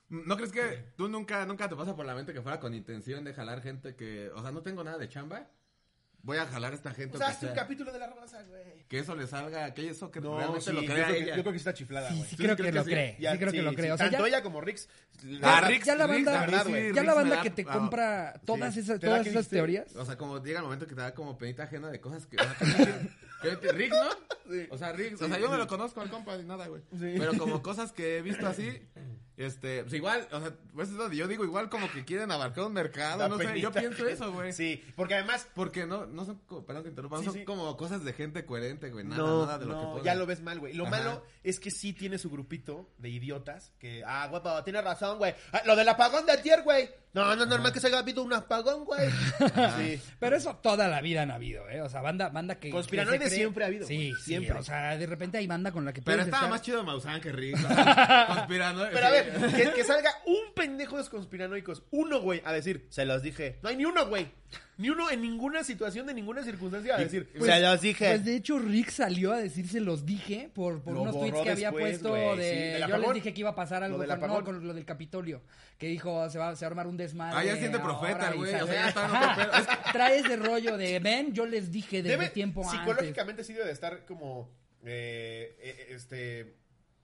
S2: ¿No crees que tú nunca, nunca te pasa por la mente que fuera con intención de jalar gente que, o sea, no tengo nada de chamba? Voy a jalar a esta gente.
S3: O sea,
S2: que
S3: hazte un
S2: sea-
S3: capítulo de la raza, güey.
S2: que eso le salga, que eso que
S3: No,
S2: realmente
S3: sí,
S2: lo
S3: yo,
S2: crea
S3: creo que,
S2: ella.
S3: yo creo que sí está chiflada,
S1: Sí,
S3: güey.
S1: sí, creo
S2: creo
S1: que
S2: que
S1: lo
S2: sí.
S1: cree.
S3: Ya,
S1: Sí, creo que
S3: sí,
S1: lo
S3: sí,
S1: cree. O sea, ya,
S3: tanto ella como Rix.
S2: Ah,
S1: Ya-
S2: Rix,
S1: ya la
S2: Rix,
S1: banda,
S2: la verdad,
S1: ya
S2: güey.
S1: la
S2: Rix me
S1: banda
S2: da-
S1: que te
S2: ah,
S1: compra todas
S2: sí.
S1: esas,
S2: ¿Te da
S1: todas
S2: que
S1: esas
S2: dijiste?
S1: teorías.
S2: O sea, como llega el momento que te da como penita ajena de cosas que. o sea, que no tiene- que no tiene- Rick, ¿no? O sea, Rick. o sea, yo no lo conozco al compa ni nada, güey. Pero como cosas que he visto así. Este, pues igual, o sea, pues es donde yo digo, igual como que quieren abarcar un mercado,
S3: La
S2: no sé, yo
S3: penita.
S2: pienso eso, güey.
S3: Sí, porque además.
S2: Porque no, no son, como- perdón que interrumpa, no
S3: Sí,
S2: son
S3: sí.
S2: como cosas de gente coherente, güey, nada, nada de lo que
S3: no,
S2: ponen.
S3: ya lo ves mal, güey. Lo
S2: Ajá.
S3: malo es que sí tiene su grupito de idiotas que, ah, güey, pero tiene razón, güey. Ah, lo del apagón de ayer, güey. No, no es normal que se haya habido un apagón,
S2: (laughs)
S3: güey. Sí.
S1: Pero eso toda la vida han habido, ¿eh? O sea, banda, banda que.
S3: Conspiranoides
S1: que se cree-
S3: siempre ha habido,
S1: Sí,
S3: güey,
S1: sí,
S3: siempre.
S1: O sea, de repente hay banda con la que
S2: Pero
S1: puedes
S2: estaba
S1: estar-
S2: más chido Maussan que
S3: (laughs)
S2: Rick. o sea, Conspirando.
S3: Pero a ver, que, que salga un pendejo de los conspiranoicos, uno, güey, a decir, se los dije. No hay ni uno, güey. Ni uno en ninguna situación, de ninguna circunstancia, a decir,
S1: Pues-
S3: se los dije.
S1: Pues de hecho, Rick salió a decir se los dije por, por
S3: Lo
S1: unos tweets
S3: borró
S1: que había
S3: después,
S1: puesto
S3: güey,
S1: de.
S3: sí, del
S1: yo les
S3: apagón.
S1: dije que iba a pasar algo
S3: Lo del
S1: con, no,
S3: apagón.
S1: con lo del Capitolio. Que dijo, se va, se va a armar un desmadre.
S2: Ah, ya siente
S1: ahora
S2: profeta,
S1: y
S2: güey,
S1: salió-
S2: o sea, ya está en otro pedo. Es
S1: Trae ese rollo de, ven, yo les dije desde
S3: Debe-
S1: tiempo antes.
S3: psicológicamente sí debe de estar como eh, eh, este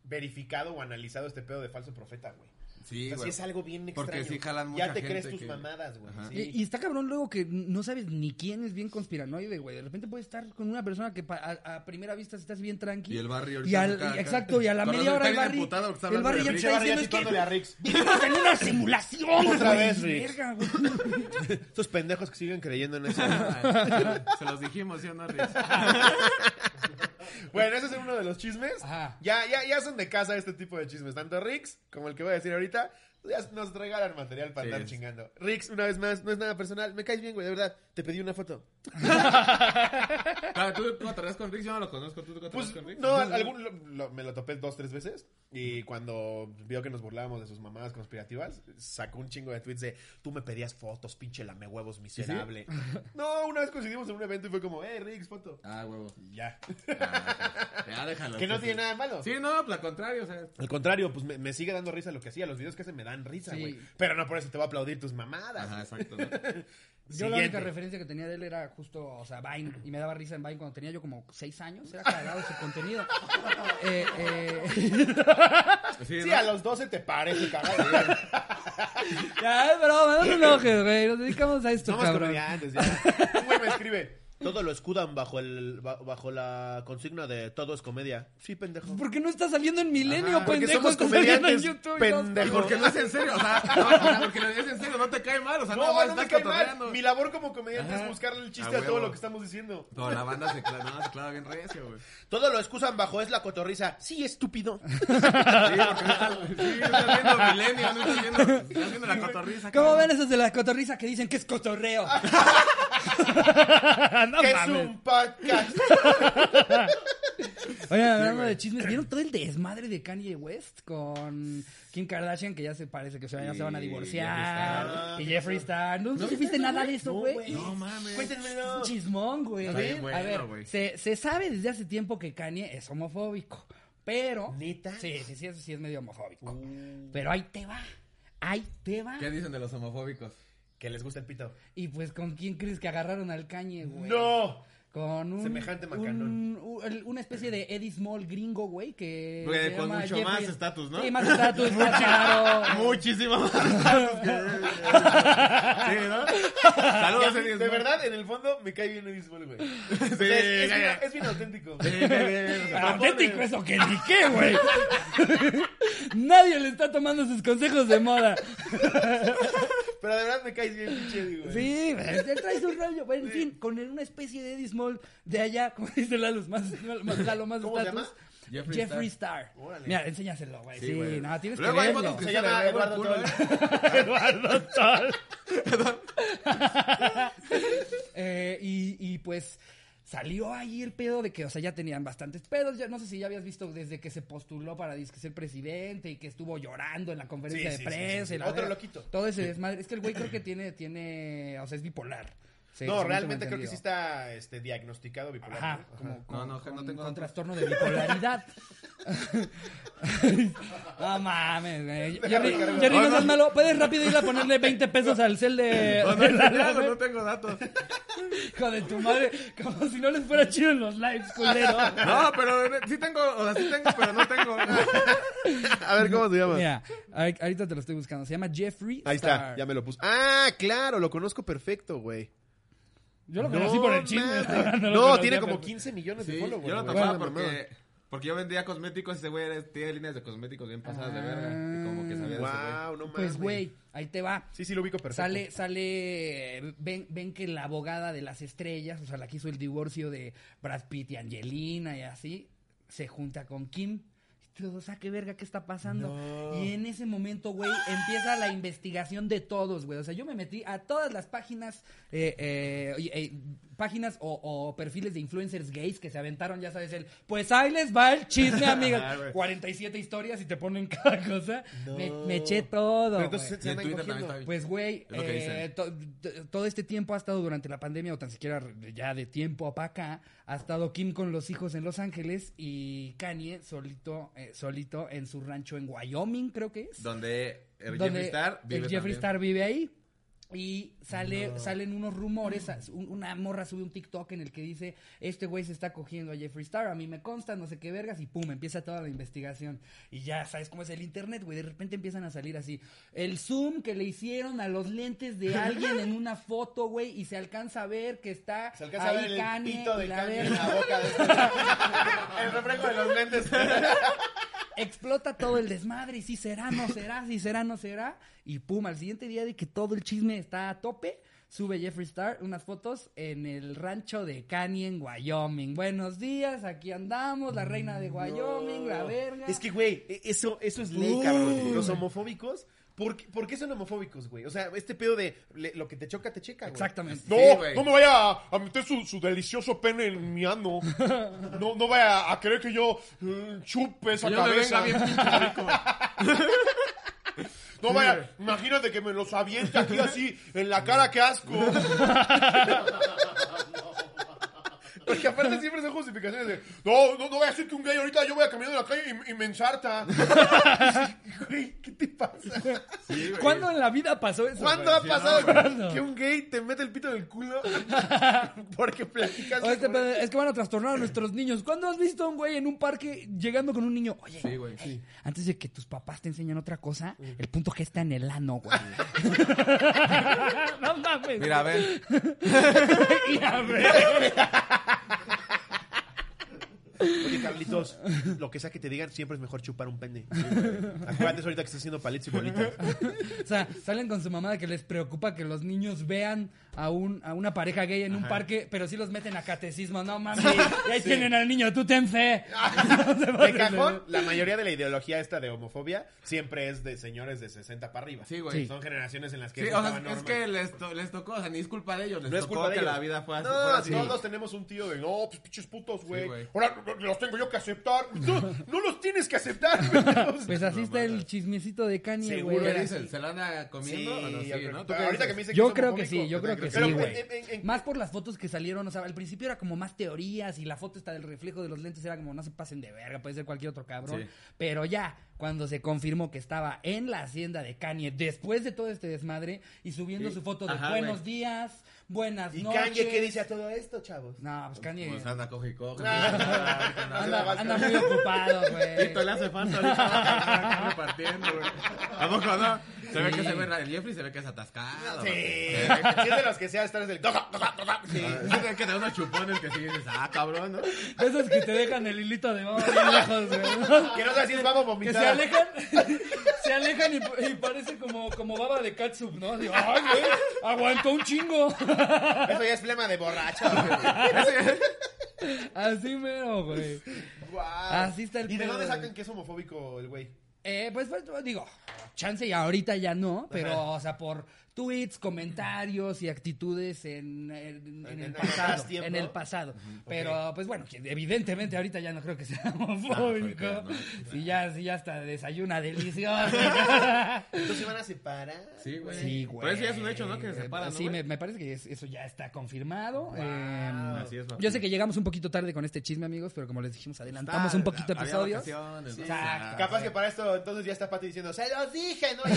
S3: verificado o analizado este pedo de falso profeta, güey.
S2: Sí,
S3: O sea,
S2: güey.
S3: Pues sí es algo bien extraño.
S2: Porque sí jalan mucha
S3: Ya te
S2: gente
S3: crees tus
S2: que-
S3: mamadas, güey.
S2: Ajá.
S3: sí.
S1: Y, y está cabrón luego que no sabes ni quién es bien conspiranoide, güey. De repente puedes estar con una persona que pa- a, a primera vista estás bien tranqui.
S2: Y el Barry ahorita
S1: y al-
S2: acá,
S1: y-
S2: acá.
S1: Exacto, y a la
S2: Con
S1: media
S2: razón
S1: hora el
S2: está bien
S1: Barry.
S2: emputado que está
S1: el
S2: hablando
S1: Barry
S2: de
S1: ya te
S2: Rick.
S1: está
S3: Pinche barrio
S1: diciendo es que
S3: chicándole a Rix.
S1: vivimos en una simulación.
S3: Otra
S1: güey.
S3: vez, Rick.
S1: Verga, güey.
S3: (laughs) Estos pendejos que siguen creyendo en eso.
S2: (laughs) Ah, Se los dijimos, yo no Rick?
S3: bueno, ese es uno de los chismes.
S1: Ajá.
S3: Ya, ya, ya son de casa este tipo de chismes. Tanto Rix como el que voy a decir ahorita. ya nos regalan material para
S2: Sí,
S3: andar
S2: es.
S3: chingando. Rix, una vez más, no es nada personal. Me caes bien, güey, de verdad. Te pedí una foto.
S2: Claro, tú cotorreas con Rick, yo no lo conozco. ¿Tú te cotorreas
S3: Pues
S2: con Rick?
S3: no, al- algún, lo- lo- me lo topé dos, tres veces. Y cuando vio que nos burlábamos de sus mamadas conspirativas, sacó un chingo de tweets de: Tú me pedías fotos, pinche lame huevos miserable. No, una vez coincidimos en un evento y fue como: Eh, Riggs, foto.
S2: (laughs) Ah, huevo.
S3: Y ya.
S2: Ah, ya déjalo.
S3: que no
S2: sí,
S3: tiene
S2: sí.
S3: nada de malo.
S2: Sí, no, pues, al contrario, o sea.
S3: Al contrario, pues me, me sigue dando risa lo que hacía. Los videos que hace me dan risa,
S1: Sí.
S3: güey. Pero no por eso te va a aplaudir tus mamadas.
S2: Ajá, exacto. ¿no?
S1: Yo la
S3: Siguiente.
S1: única referencia que tenía de él era justo, o sea, Vine. Y me daba risa en Vine cuando tenía yo como seis años, era cagado su
S3: (laughs)
S1: contenido. Eh, eh,
S2: (laughs) Sí,
S3: Sí,
S2: ¿no?
S3: a los 12 te
S2: (laughs)
S3: parece, cagado.
S1: ya, es broma, no te enojes, güey. Nos dedicamos a esto,
S3: Somos
S1: cabrón.
S3: comediantes, ya. Un güey me escribe. Todo lo escudan bajo el ba- bajo la consigna de todo es comedia. Sí, pendejo.
S1: ¿Por qué no está saliendo en Milenio,
S3: Ajá, porque
S1: pendejo?
S3: somos
S1: Está saliendo en
S3: comediantes,
S1: YouTube.
S3: pendejo.
S2: Porque no es en serio, o sea, (laughs) no, o sea, porque es en serio, no te cae mal, o sea, nada
S3: No,
S2: más
S3: no me
S2: estás
S3: cae
S2: cotorreando.
S3: mal. Mi labor como comediante
S2: Ajá.
S3: es buscarle el chiste
S2: A
S3: a, todo
S2: huevo.
S3: lo que estamos diciendo.
S2: Pero la banda se clava, no, se clava bien recio,
S3: (laughs)
S2: güey.
S3: Todo lo excusan bajo es la cotorriza. Sí, estúpido.
S2: (laughs) Sí, porque no estás- sí, no estás viendo Milenio, no estás viendo, estás viendo la cotorriza.
S1: ¿Cómo
S2: cabrón.
S1: ven esos de la cotorriza que dicen que es cotorreo? (laughs) no
S3: que es
S1: mames.
S3: un podcast.
S1: Oye, hablando de chismes, ¿vieron todo el desmadre de Kanye West con Kim Kardashian? Que ya se parece que o sea, ya se van a divorciar. Y Jeffree Star. ¿No, supiste nada de eso, güey?
S2: (laughs) No mames.
S3: Cuéntenmelo.
S1: Chismón, güey.
S2: Está bien
S1: a
S2: bueno,
S1: ver,
S2: güey.
S1: se, se sabe desde hace tiempo que Kanye es homofóbico. Pero.
S3: ¿Neta?
S1: Sí, sí, sí, eso sí es medio homofóbico. Pero ahí te va. Ahí te va.
S2: ¿Qué dicen de los homofóbicos?
S3: Que les gusta el pito.
S1: Y pues, ¿con quién crees que agarraron al Kanye, güey?
S3: No.
S1: Con un.
S3: Semejante macanón.
S1: un- un- una especie de Eddie Small gringo, güey, que.
S2: Güey,
S1: se
S2: con
S1: llama
S2: mucho más estatus, ¿no?
S1: Sí, más
S2: (laughs)
S1: estatus, más caro.
S2: Muchísimo más. sí, ¿no? Saludos, Eddie
S3: De
S2: Small.
S3: verdad, en el fondo me cae bien el Small, güey.
S9: (laughs)
S2: Sí,
S3: O sea, es, es
S2: ya,
S3: bien,
S2: ya.
S3: es bien auténtico.
S2: Sí, sí, sí, sí.
S1: Auténtico eso que ni qué, güey. (laughs) Nadie le está tomando sus consejos de moda.
S3: Pero de verdad me caes bien, pinche, Eddie, güey.
S1: Sí, güey, te traes un rollo. Bueno, en fin, con una especie de Eddie Small de allá, como dice Lalo, más, más jalo, más
S3: ¿Cómo se
S1: estatus.
S3: llama?
S2: Jeffree
S1: Jeffree Star.
S3: Órale.
S1: Mira, enséñaselo, güey. Sí,
S2: güey.
S1: no, tienes
S2: Luego
S1: que
S2: hay
S1: verlo.
S2: fotos que
S3: Se
S2: se
S3: llama
S2: le ve el
S3: Eduardo
S2: culo,
S3: Tol.
S2: ¿eh?
S1: Eh, y, y, pues salió ahí el pedo de que, o sea, ya tenían bastantes pedos. Ya, no sé si ya habías visto desde que se postuló para disque ser presidente y que estuvo llorando en la conferencia de
S3: Sí, sí, sí,
S1: prensa.
S3: sí, sí.
S1: y la
S3: Otro
S1: verga.
S3: loquito.
S1: Todo ese desmadre. Es que el güey creo que tiene, tiene, o sea, es bipolar. Sí,
S3: No,
S1: según
S3: realmente
S1: tengo
S3: creo que sí
S1: entendido.
S3: está este, diagnosticado bipolar.
S1: Ajá,
S3: ¿no?
S1: como con,
S2: No, no,
S1: con-
S2: no tengo
S1: con
S2: datos.
S1: trastorno de
S3: (laughs)
S1: bipolaridad. no mames, güey. Jerry,
S3: cargar.
S1: Jerry, no
S2: No, no.
S1: seas malo. ¿Puedes rápido ir a ponerle 20 pesos al cel de...
S2: (laughs) No, no,
S1: de la-
S2: ya, no tengo datos.
S1: Hijo de tu madre, como si no les fuera chido en los lives, culero.
S2: No, pero sí tengo, o sea, sí tengo, pero no tengo.
S9: (laughs) A ver cómo se llama.
S1: Mira, ahor- ahorita te lo estoy buscando. Se llama Jeffrey
S9: Ahí
S1: Star.
S9: está, ya me lo puse. Ah, claro, lo conozco perfecto, güey.
S1: Yo lo conocí por el chisme. (laughs)
S9: mames.
S1: la verdad,
S9: No,
S1: lo conocía,
S9: tiene
S1: pero-
S9: como 15 millones de
S2: Sí,
S9: followers.
S2: yo lo
S9: güey.
S2: topaba
S1: pues,
S9: Bueno,
S2: porque, porque yo vendía cosméticos y ese güey era- tiene líneas de cosméticos bien pasadas de verga. Y como que sabía de ese güey.
S9: Wow, no mames.
S1: Pues, güey, ahí te va.
S9: Sí, sí, lo ubico perfecto.
S1: Sale, sale, eh, ven, ven que la abogada de las estrellas, o sea, la que hizo el divorcio de Brad Pitt y Angelina y así, se junta con Kim. Y todos, ah, qué verga, ¿qué está pasando? Y en ese momento, güey, empieza la investigación de todos, güey. O sea, yo me metí a todas las páginas, eh, eh, y- eh, páginas o, o perfiles de influencers gays que se aventaron, ya sabes, el, pues ahí les va el
S3: (laughs)
S1: chisme,
S3: Ah,
S1: amigas. 47 historias y te ponen cada cosa. Me, me eché todo.
S3: Pero entonces
S1: güey.
S3: se
S2: Y en
S3: andan
S2: Twitter
S3: cogiendo.
S2: también está bien.
S1: Pues, güey,
S2: Es lo que
S1: eh,
S2: dicen.
S1: to- t- todo este tiempo ha estado durante la pandemia, o tan siquiera ya de tiempo para acá, ha estado Kim con los hijos en Los Ángeles y Kanye solito, eh, solito en su rancho en Wyoming, creo que es.
S2: Donde el
S1: donde
S2: Jeffree Star
S1: el
S2: vive
S1: Jeffree
S2: también.
S1: Star vive ahí. Y sale, salen unos rumores. as- un- Una morra sube un TikTok en el que dice: Este güey se está cogiendo a Jeffree Star. A mí me consta, no sé qué vergas. Y pum, empieza toda la investigación. Y ya sabes cómo es el internet, güey. De repente empiezan a salir así: El zoom que le hicieron a los lentes de alguien en una foto, güey. Y se alcanza a ver que está.
S3: Se alcanza a ver el
S1: Kanye
S3: pito de
S1: y la
S3: Kanye en
S1: verga.
S3: la boca de este- El reflejo de (laughs) los lentes.
S1: explota todo el desmadre y si será, no será, si será, no será. Y pum, al siguiente día de que todo el chisme está a tope, sube Jeffree Star unas fotos en el rancho de Kanye en Wyoming. Buenos días, aquí andamos, la reina de Wyoming, la verga.
S3: Es que, güey, e- eso, eso es ley, cabrón. Los homofóbicos. ¿Por, qué- por qué son homofóbicos, güey? O sea, este pedo de le- lo que te choca, te checa, güey.
S1: Exactamente.
S2: No, Sí, güey. no
S3: me vaya a, meter su, delicioso pene en mi ano. No, no vaya a creer que yo eh, chupe esa
S2: Que yo me venga bien pinche rico.
S3: (laughs) No vaya, imagínate que me los aviente aquí
S2: (laughs)
S3: así, en la cara, qué asco.
S8: Porque aparte siempre son justificaciones de, no, no, no voy a decir que un gay ahorita yo voy a caminar en la calle y, y me
S3: (laughs)
S8: ensarta. Güey, ¿qué te pasa?
S1: ¿Cuándo en la vida pasó eso?
S8: ¿Cuándo
S1: güey?
S8: ha pasado que un gay te mete el pito en el culo porque platicas?
S1: Oye, este
S8: con-
S1: pedo, es que van a trastornar a nuestros niños. ¿Cuándo has visto a un güey en un parque llegando con un niño? Oye,
S2: Sí, güey, sí.
S1: antes de que tus papás te enseñen otra cosa, el punto G está en el ano, güey. (laughs) no mames.
S2: Mira, a ver.
S1: (laughs) Y a ver.
S8: Oye, (laughs) Carlitos, lo que sea que te digan, siempre es mejor chupar un pene. Acuérdate eso ahorita que estás haciendo palitos y bolitas.
S1: O sea, salen con su mamá de que les preocupa que los niños vean a, un, a una pareja gay en un parque, pero sí los meten a catecismo. No mames. Y ahí tienen al niño, tú ten
S2: (laughs)
S1: fe.
S8: De cajón, la mayoría de la ideología esta de homofobia siempre es de señores de 60 para arriba.
S2: Sí, güey.
S8: Son generaciones en las que
S2: Sí,
S8: eso
S2: o sea,
S8: estaba
S2: es
S8: normal.
S2: que les, to- les tocó, o sea, ni es culpa de ellos, les
S8: No es
S2: tocó
S8: culpa de
S2: que
S8: ellos.
S2: la vida fue así.
S8: No,
S2: fue así.
S8: todos tenemos un tío de, no, pues pinches putos,
S2: Sí,
S8: güey.
S2: güey.
S8: Ahora no- no- los tengo yo que aceptar. No, no los tienes que aceptar, pendejos.
S1: Pues así está el chismecito de Kanye,
S8: Seguro
S1: güey.
S2: ¿Qué
S8: era
S2: dicen? ¿Se la anda comiendo o no?
S8: Sí,
S2: Sí,
S8: yo creo-
S2: ¿no? ¿Tú qué
S8: Ahorita
S2: dices?
S8: que me dicen
S1: Yo
S8: es
S1: creo que
S8: homofóbico,
S1: sí, yo creo que
S8: pero
S1: sí,
S8: en-
S1: güey.
S8: en- en-
S1: Más por las fotos que salieron, o sea, al principio era como más teorías y la foto está del reflejo de los lentes era como no se pasen de verga, puede ser cualquier otro cabrón.
S2: Sí.
S1: Pero ya, cuando se confirmó que estaba en la hacienda de Kanye después de todo este desmadre y subiendo su foto de
S2: Ajá,
S1: buenos
S2: güey.
S1: días, buenas
S8: ¿Y
S1: noches.
S8: Kanye qué dice a todo esto, chavos?
S1: No, pues Kanye
S2: Pues (laughs) anda, coge y
S8: (laughs)
S2: coge.
S1: anda, anda muy ocupado, güey.
S2: Pito le hace falta ahorita acá (laughs) repartiendo, güey. ¿A poco no? Se ve que se ve el Jeffrey se ve que es atascado.
S8: Sí.
S2: güey.
S8: Si es de los que sea estar desde el...
S2: Sí, se ve que da unos chupones que sí dices, ah, cabrón, ¿no?
S1: Esos que te dejan el hilito de mamá bien lejos, güey.
S8: Que no sé si es vamos
S1: Que
S8: a vomitar.
S1: se alejan, (laughs) se alejan y, y parece como, como baba de catsup, ¿no? Digo, ay, güey, aguantó un chingo. (laughs)
S8: Eso ya es flema de borracho.
S1: Así mero, güey.
S8: Guau.
S1: Así está el
S8: ¿Y de
S1: pedo,
S8: dónde
S1: güey.
S8: sacan que es homofóbico el güey?
S1: Eh, pues, pues, digo, chance y ahorita ya no, pero, o sea, por tweets, comentarios y actitudes en, en- en
S8: En-
S1: el
S8: en
S1: pasado.
S8: más tiempo.
S1: En el pasado. Pero, pues bueno, que evidentemente ahorita ya no creo que
S8: Ah,
S1: sea homofóbico.
S2: ahorita no.
S1: Si ya, si ya hasta desayuna
S8: (laughs)
S1: delicioso.
S8: Pues, Entonces se van a separar.
S2: Sí, güey.
S1: Sí, güey.
S2: Pues, Pero eso ya es un hecho, ¿no? Que se
S1: Eh,
S2: separan, ¿no,
S1: Sí,
S2: güey?
S1: me, me parece que es- eso ya está confirmado. Eh,
S2: Así es,
S1: yo sé que llegamos un poquito tarde con este chisme, amigos, pero como les dijimos, adelantamos un poquito
S2: Había
S1: episodios.
S2: vacaciones, ¿no?
S1: Exacto.
S8: Capaz que para esto entonces ya está Pati diciendo, se los dije, ¿no?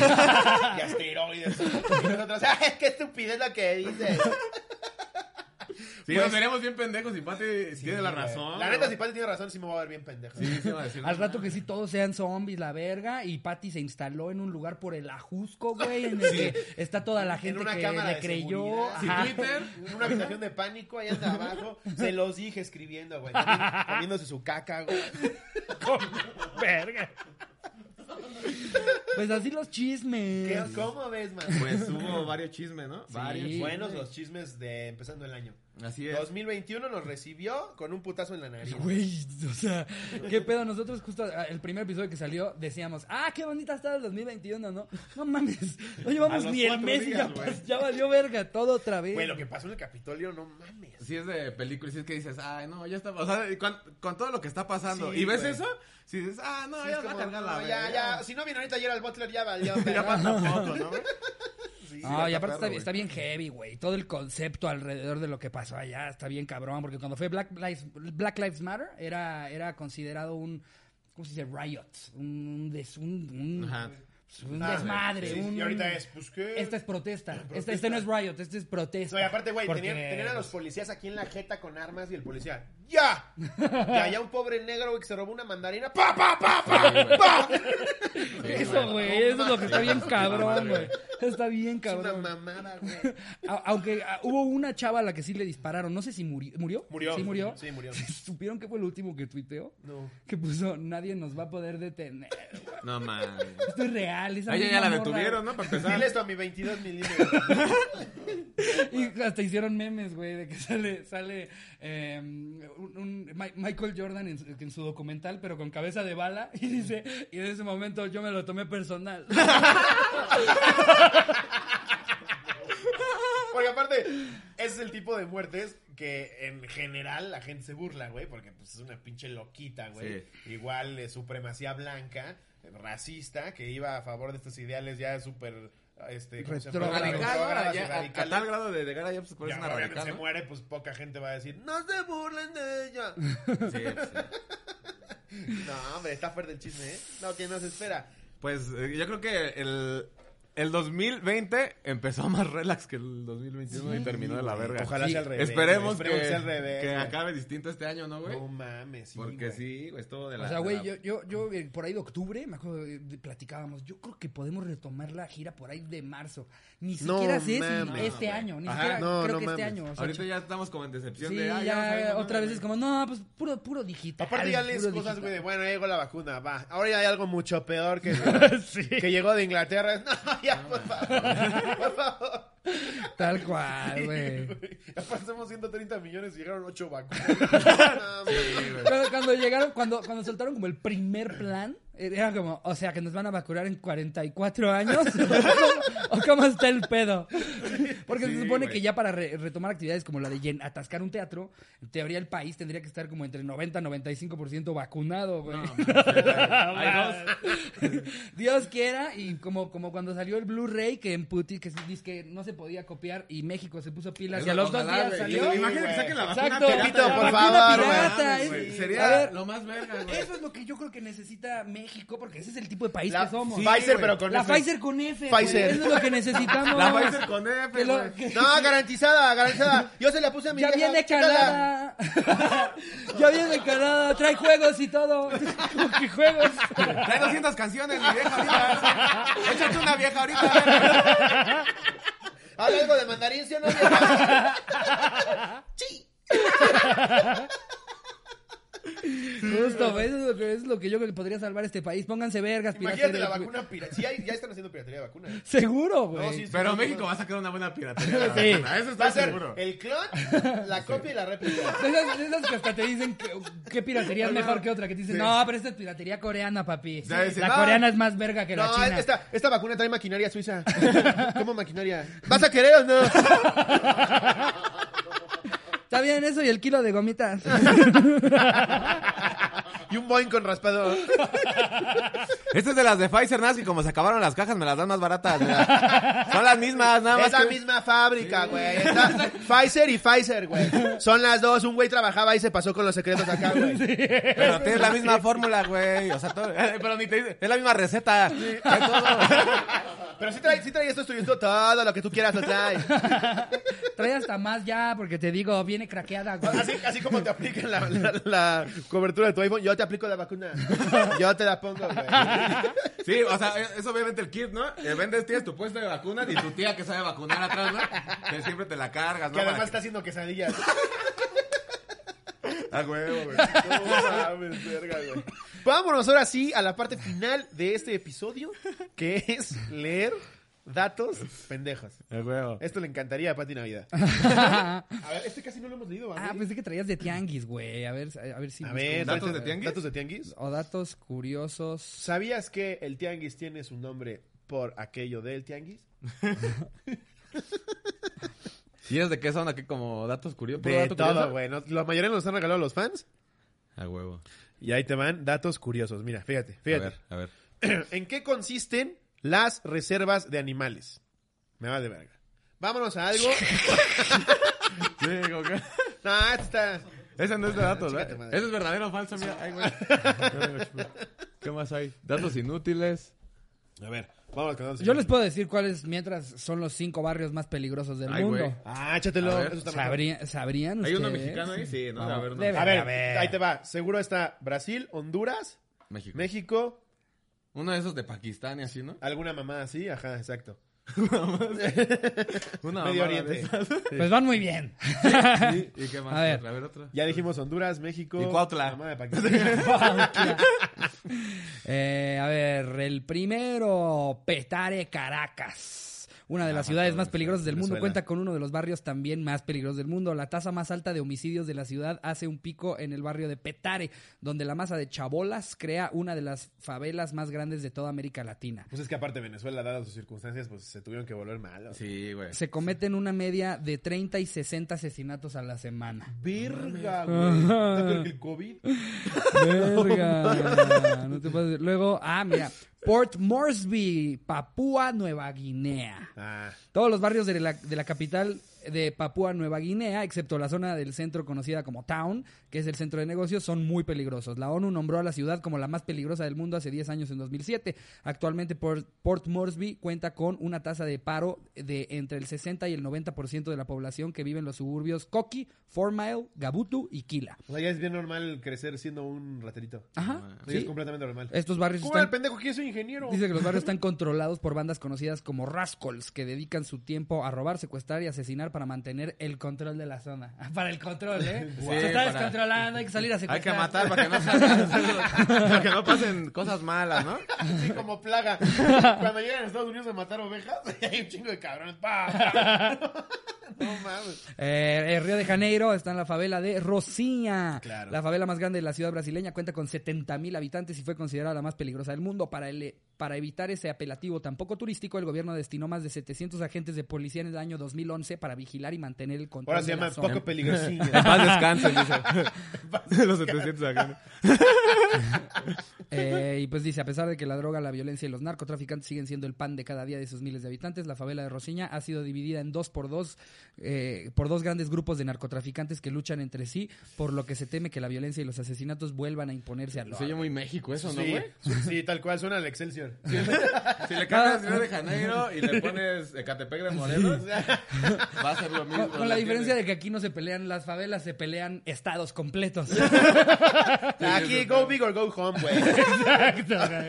S8: Y asteroides. Y nosotros, ¡ay, qué estupidez lo que dices!
S2: Sí, nos veremos bien pendejos y Pati tiene la razón.
S8: La neta, si Pati tiene razón, sí me voy a ver bien pendejo.
S2: Sí, sí, va a decir.
S1: Al rato que sí todos sean zombies, la verga, y Patty se instaló en un lugar por el ajusco, güey, en el que está toda la gente
S8: en una
S1: que
S8: cámara
S1: le
S8: de
S1: creyó.
S8: seguridad.
S1: Ajá. (laughs)
S8: Sin Twitter, en una habitación de pánico, ahí anda abajo. Se los dije escribiendo, güey. también Comiéndose su caca, güey.
S1: Verga. Pues así los chismes.
S8: ¿Qué- ¿Cómo ves, man?
S2: Pues hubo varios chismes, ¿no?
S1: Sí.
S2: Varios.
S8: Buenos los chismes de empezando el año.
S2: Así es.
S8: 2021 nos recibió con un putazo en la nariz.
S1: Güey, o sea, qué pedo. Nosotros justo ah, el primer episodio que salió decíamos, ah, qué bonita está el 2021, ¿no? No mames, no llevamos
S2: los
S1: ni el
S2: cuatro
S1: mes y
S2: días,
S1: ya,
S2: güey.
S1: pas- ya valió verga todo otra vez.
S8: Güey, lo que pasó en el Capitolio, no mames.
S2: Si es de película, si es que dices, ay, no, ya está. O sea, y con, con todo lo que está pasando.
S8: Sí,
S2: y ves
S8: güey.
S2: eso, si dices, ah, no,
S8: Sí,
S2: ya
S8: es
S2: va a
S8: como,
S2: cargar la
S8: no, ya,
S2: verga.
S8: ya. Si no viene ahorita Gerald Butler, ya valió.
S2: (laughs) Ya
S8: verga.
S2: pasa poco, ¿no? güey?
S1: No, y aparte
S2: está perro,
S1: está, bien-
S2: güey.
S1: está bien heavy, güey. Todo el concepto alrededor de lo que pasó allá está bien cabrón, porque cuando fue Black Lives, Black Lives Matter era, era considerado un, ¿cómo se dice? Riot, un, des- un, un- pues,
S2: Ajá.
S1: un
S8: Ah,
S1: desmadre.
S8: sí, sí,
S1: un-
S8: y ahorita es, pues, ¿qué?
S1: Esta es protesta. Este, este no es riot, este es protesta.
S8: No, y aparte, güey,
S1: Porque-
S8: tenían, tenían a los policías aquí en la jeta con armas y el policía, ¡ya! Y allá un pobre negro, güey, que se robó una mandarina, ¡pa, pa, pa, pa! pa!
S1: Eso, güey, eso es lo que está bien cabrón, güey. Está bien
S8: Es una
S1: cabrón.
S8: mamada, güey.
S1: A- Aunque ah, hubo una chava a la que sí le dispararon, no sé si murió. ¿Murió?
S8: Murió.
S1: Sí, murió.
S8: Sí, murió.
S1: (laughs) ¿Supieron qué fue lo último que tuiteó?
S8: No.
S1: Que puso, nadie nos va a poder detener.
S2: No mames.
S1: Esto es real. Esa
S2: A ella
S1: misma
S2: ya la
S1: morra.
S2: detuvieron, ¿no? Para empezar.
S8: Dile esto a mi 22 milímetros.
S1: Y hasta hicieron memes, güey, de que sale, sale eh, un, un Ma- Michael Jordan en su, en su documental, pero con cabeza de bala, y dice, y en ese momento yo me lo tomé personal.
S8: Porque aparte, ese es el tipo de muertes que en general la gente se burla, güey, porque pues es una pinche loquita, güey. Igual eh, supremacía blanca, eh, racista, que iba a favor de estos ideales ya súper
S10: este, ¿cómo se
S1: Retrógrado.
S10: llama?
S2: Radical, ¿no?
S10: Retrógradas y
S2: Ya, a, a
S10: radicales.
S2: tal grado de llegar allá, pues por
S10: Y
S2: eso una
S10: ahora que
S2: radical,
S10: se
S2: ¿no?
S10: muere, pues poca gente va a decir, no se burlen de ella.
S2: Sí, sí.
S10: no, hombre, está fuerte el chisme, ¿eh? No, ¿quién nos espera?
S2: Pues eh, yo creo que el, el 2020 empezó más relax que el 2021 y terminó de la verga.
S10: Ojalá
S2: Sí.
S10: sea al revés,
S2: Esperemos,
S10: güey. Esperemos
S2: que,
S10: sea al revés,
S2: que
S10: güey.
S2: acabe distinto este año, ¿no, güey?
S10: No mames, sí,
S2: Porque
S10: güey.
S2: sí, güey, estuvo de la...
S1: O sea,
S2: de
S1: güey,
S2: la-
S1: yo, yo, yo eh, por ahí de octubre, me acuerdo, eh, de- platicábamos, yo creo que podemos retomar la gira por ahí de marzo. Ni
S8: No
S1: siquiera sé si
S8: mames.
S1: este
S2: No, güey.
S1: año, ni
S8: Ajá,
S1: siquiera
S8: no,
S1: creo
S8: no
S1: que este
S8: mames.
S1: año. o sea,
S2: Ahorita ya estamos como en decepción
S1: sí,
S2: de... ah,
S1: ya,
S2: vamos a ir, vamos a
S1: otra
S2: ir,
S1: vez
S2: güey.
S1: es como, no, pues puro, puro digital.
S8: Aparte ya lees
S1: puro
S8: cosas,
S1: digital.
S8: güey, de, bueno, ya llegó la vacuna, va. Ahora ya hay algo mucho peor que,
S1: Sí,
S8: que llegó de Inglaterra. (laughs) No, ya, pues, por favor. Por favor.
S1: tal
S8: (laughs)
S1: cual, güey.
S10: Aparte somos 130 millones y llegaron 8 vacunas. No, mames.
S1: Cuando, cuando llegaron, cuando, cuando soltaron como el primer plan, eh, era como, o sea, que nos van a vacunar en 44 años. (laughs) ¿O cómo está el pedo? Porque
S2: Sí,
S1: se supone
S2: güey.
S1: que ya para re- retomar actividades como la de llen- atascar un teatro, en teoría el país tendría que estar como entre 90 y 95% vacunado, güey. (laughs) Dios quiera, y como, como cuando salió el Blu-ray, que en Putin, que, dice que no se podía copiar y México se puso pilas y a los dos
S2: Ojalá,
S1: días
S2: güey.
S1: salió.
S2: Imagínate que saquen la vacuna
S1: Exacto.
S2: pirata,
S8: Pepito,
S2: ya,
S8: por
S2: güey.
S1: Vacuna
S8: favor,
S1: pirata,
S2: Mames, güey.
S1: es-
S2: Sería
S1: a ver,
S2: lo más verga, güey.
S1: Eso es lo que yo creo que necesita México, porque ese es el tipo de país
S8: La
S1: que somos.
S8: Pfizer, pero con
S1: la
S8: F.
S1: Pfizer con F.
S8: Pfizer.
S1: güey. Eso es lo que necesitamos.
S2: La Pfizer con E
S1: Que
S2: F,
S1: lo-
S2: güey.
S1: que-
S8: No,
S1: (laughs)
S8: garantizada, garantizada. Yo se la puse a mi
S1: ya
S8: vieja,
S1: viene
S8: chécala.
S1: Canadá. (laughs) ya viene Canadá. Trae juegos y todo. (laughs) ¿Cómo que juegos?
S2: (laughs) Trae 200 canciones, mi vieja ahorita. Échate una vieja ahorita, a ver.
S8: Habla algo de
S2: (laughs)
S8: mandarín, ¿sí o no? vieja?
S1: Justo, güey, eso es lo, que, es lo que yo creo que podría salvar este país. Pónganse vergas, piratas.
S10: Imagínate la vacuna pirata. Sí, hay- ya están haciendo piratería de vacunas.
S1: Seguro, güey.
S10: No, sí, sí,
S2: Pero
S10: no,
S2: México
S10: no.
S2: va a sacar una buena piratería. la
S1: Sí.
S2: vacuna, Eso
S10: Va
S2: está
S10: a ser
S2: seguro.
S1: (laughs)
S10: el clon, la copia y la réplica.
S1: De esas, de esas que hasta te dicen que, qué piratería es mejor que otra. Que te dicen, no, pero esta es piratería coreana, papi.
S2: Ya dicen,
S1: la
S2: "No".
S1: coreana es más verga que la
S8: No,
S1: china.
S8: esta, esta vacuna trae maquinaria
S1: (laughs)
S8: suiza. ¿Cómo maquinaria? ¿Vas a querer o no?
S1: Está bien eso y el kilo de gomitas.
S8: Y un Boeing con raspado.
S2: Esta es de las de Pfizer, nada más que como se acabaron las cajas, me las dan más baratas. mira. Son las mismas, nada más.
S8: Es la
S2: que-
S8: misma fábrica, güey. Está Pfizer y Pfizer, güey. Son las dos. Un güey trabajaba y se pasó con los secretos acá, güey.
S2: Pero tienes la misma fórmula, güey. O sea, (laughs) todo- eh, pero ni te dice. Es la misma receta. Trae todo.
S8: (laughs) Pero sí trae, sí trae esto, esto y esto, todo lo que tú quieras lo trae.
S1: Trae hasta más ya, porque te digo, viene craqueada, güey.
S8: (laughs) Así, así como te aplican la, la- la cobertura de tu iPhone, yo te aplico la vacuna. Yo te la pongo, güey.
S2: Ah, Sí, o sea, es obviamente el kit, ¿no? Eh, Vendes, tienes tu puesto de vacunas y tu tía que sabe vacunar atrás, ¿no? Que siempre te la cargas, ¿no?
S10: Que además
S2: Para
S10: está haciendo quesadillas.
S2: que- Ah, huevo, güey.
S10: No mames, verga, güey.
S8: Vámonos ahora sí a la parte final de este episodio, que es leer datos pendejos.
S2: Ah, huevo.
S8: Esto le encantaría a Pati Navidad.
S10: A ver, este casi no lo hemos leído, ¿vale?
S1: Ah, pensé que traías de tianguis, güey. A ver, a ver si.
S8: A
S1: busco.
S8: ver,
S2: ¿Datos de tianguis?
S8: ¿Datos de tianguis?
S1: O datos curiosos.
S8: ¿Sabías que el tianguis tiene su nombre por aquello del tianguis?
S2: ¿Y es de qué son aquí como datos curiosos? ¿Puro
S8: De
S2: dato curioso?
S8: todo, güey. Nos- La mayoría nos han regalado a los fans.
S2: Ah, huevo.
S8: Y ahí te van datos curiosos. Mira, fíjate, fíjate.
S2: a ver.
S8: (clears throat) ¿En qué consisten las reservas de animales? Me va de verga. Vámonos a algo.
S2: (laughs) Sí, como
S8: (laughs)
S2: que...
S8: no, esto Ah, este está.
S2: Ese no es de datos,
S8: Chica tu
S2: ¿verdad?
S8: madre.
S2: Ese es verdadero o falso, mira. Ay, güey. Ya me lo chupé. (laughs) ¿Qué más hay? Datos inútiles.
S8: A ver, vámonos con datos.
S1: Yo les puedo decir cuáles, mientras son los cinco barrios más peligrosos del
S2: Ay,
S1: mundo.
S2: güey.
S8: Ah, échatelo.
S2: A ver.
S8: Eso está mejor.
S1: ¿Sabrían, ¿Sabrían
S2: ¿Hay
S1: ustedes?
S2: uno mexicano eh. ahí? Sí, no, a ver, no.
S1: debe
S8: A
S1: de
S8: ver,
S1: haber.
S8: ahí te va. Seguro está Brasil, Honduras,
S2: México.
S8: México,
S2: Uno de esos de Pakistán y así, ¿no?
S8: alguna mamá así. Ajá, exacto.
S2: Una
S8: Medio
S2: mamada de
S8: Oriente.
S2: esas.
S1: Pues van muy bien. (laughs)
S2: Sí, ¿Y qué más?
S1: A ver.
S2: a ver otra.
S8: Ya dijimos Honduras, México.
S2: Y Cuautla.
S8: Mamá de Pakistán.
S2: (laughs)
S1: Eh, a ver, el primero, Petare Caracas. Una de
S2: Ah,
S1: las ciudades más peligrosas del mundo
S8: Venezuela.
S1: cuenta con uno de los barrios también más peligrosos del mundo. La tasa más alta de homicidios de la ciudad hace un pico en el barrio de Petare, donde la masa de chabolas crea una de las favelas más grandes de toda América Latina.
S8: Pues es que aparte Venezuela, dadas sus circunstancias, pues se tuvieron que volver malos.
S2: Sí, güey.
S1: Se cometen una media de 30 y 60 asesinatos a la semana.
S8: Verga, güey. Está peor que el COVID.
S1: Verga. No te puedes- Luego, ah, mira, Port Moresby, Papúa Nueva Guinea.
S8: Ah,
S1: Todos los barrios de la, de la capital de Papúa Nueva Guinea, excepto la zona del centro conocida como Town, que es el centro de negocios, son muy peligrosos. La ONU nombró a la ciudad como la más peligrosa del mundo hace 10 años en 2007. Actualmente Port, Port Moresby cuenta con una tasa de paro de entre el 60 y el 90% de la población que vive en los suburbios Coqui, Four Mile, Gabutu y Kila.
S8: o sea, ya es bien normal crecer siendo un raterito.
S1: Ajá.
S8: Sí, es
S1: sí.
S8: completamente normal.
S1: Estos barrios
S8: ¿Cómo
S1: están...
S8: el pendejo que yo soy ingeniero?
S1: Dice que los barrios están controlados por bandas conocidas como Rascals, que dedican su tiempo a robar, secuestrar y asesinar para mantener el control de la zona. Ah, Para el control, ¿eh? Se está
S2: para-
S1: descontrolando, hay que salir a
S2: Hay que
S1: secuestrar.
S2: matar para que
S1: (laughs)
S2: no salgan- para que no pasen cosas malas, ¿no?
S11: Sí, como plaga. Cuando llegan a Estados Unidos a matar ovejas, hay un chingo de cabrones. ¡Pa, pa! No mames.
S1: Eh, en Río de Janeiro está en la favela de Rocinha.
S11: Claro.
S1: La favela más grande de la ciudad brasileña cuenta con 70 mil habitantes y fue considerada la más peligrosa del mundo. Para, el- para evitar ese apelativo tan poco turístico, el gobierno destinó más de 700 agentes de policía en el año 2011 para vigilar y mantener el control
S8: Ahora se
S1: de
S8: llama
S1: la zona.
S8: poco peligrosillo.
S2: En paz descansen, dice. Los 700 acá.
S1: Eh, y pues dice, a pesar de que la droga, la violencia y los narcotraficantes siguen siendo el pan de cada día de sus miles de habitantes, la favela de Rosiña ha sido dividida en dos por dos, eh, por dos grandes grupos de narcotraficantes que luchan entre sí, por lo que se teme que la violencia y los asesinatos vuelvan a imponerse al
S2: Se oye muy México eso, ¿no,
S8: Sí,
S2: güey?
S8: sí, sí, tal cual, suena al Excelsior.
S2: Si le cambias Río de Janeiro y le pones Ecatepec de Morelos, va a ser lo mismo.
S1: Con, con la diferencia de que aquí no se pelean las favelas, se pelean estados completos. (laughs)
S8: Aquí, go big or go home, güey.
S2: (laughs)
S1: Exacto. güey.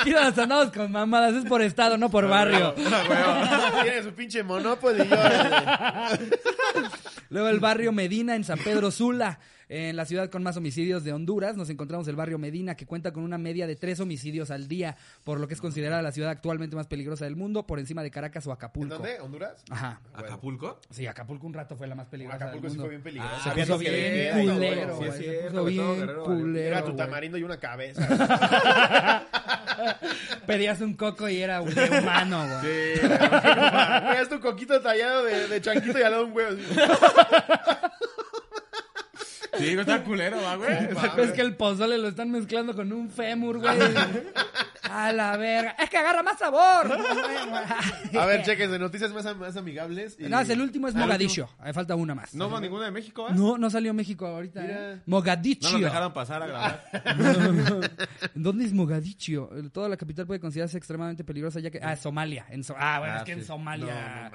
S1: Aquí nos andamos con mamadas, es por estado, no por barrio.
S8: Tiene su pinche Monopoly y yo. eh,
S1: Luego el barrio Medina en San Pedro Sula, en la ciudad con más homicidios de Honduras, nos encontramos el barrio Medina que cuenta con una media de tres homicidios al día, por lo que es considerada la ciudad actualmente más peligrosa del mundo, por encima de Caracas o
S8: ¿En
S1: Acapulco.
S8: dónde? ¿Honduras?
S1: Ajá.
S2: ¿Acapulco?
S1: Sí, Acapulco un rato fue la más peligrosa.
S8: Acapulco
S1: del
S8: sí
S1: mundo.
S8: fue bien peligroso.
S2: Ah,
S1: Se
S2: había
S1: puso
S2: dos que
S1: bien
S2: eran, güey.
S1: culero,
S2: Sí,
S1: güey.
S2: es
S1: Se
S2: cierto,
S1: puso
S2: güey, todo
S1: bien
S2: Guerrero, valió.
S8: Era
S1: culero.
S8: tu
S1: güey.
S8: tamarindo y una cabeza.
S1: Pedías un coco y era un de
S8: (laughs)
S1: humano, güey.
S8: Veas tu coquito tallado de, de chanquito y al lado un huevo. así.
S2: Sí, no está culero, va, güey.
S1: Es que el pozole lo están mezclando con un fémur,
S8: (laughs)
S1: güey. A la verga. Es que agarra más sabor.
S8: (laughs)
S1: (laughs)
S8: A ver, chequen, de noticias más, am- más amigables. y-
S1: No, es el último es Mogadiscio. Ahí falta una más.
S2: No hubo ninguna de México, ¿eh?
S1: No, no salió México ahorita.
S8: Mira.
S1: ¿eh?
S2: No
S1: Mogadiscio. (laughs)
S2: nos dejaron pasar a grabar.
S1: ¿Dónde es Mogadiscio? Eh, Toda la capital puede considerarse extremadamente peligrosa ya que... Ah, Somalia. En So- Ah, bueno,
S2: Ah,
S1: es que en
S2: sí.
S1: Somalia...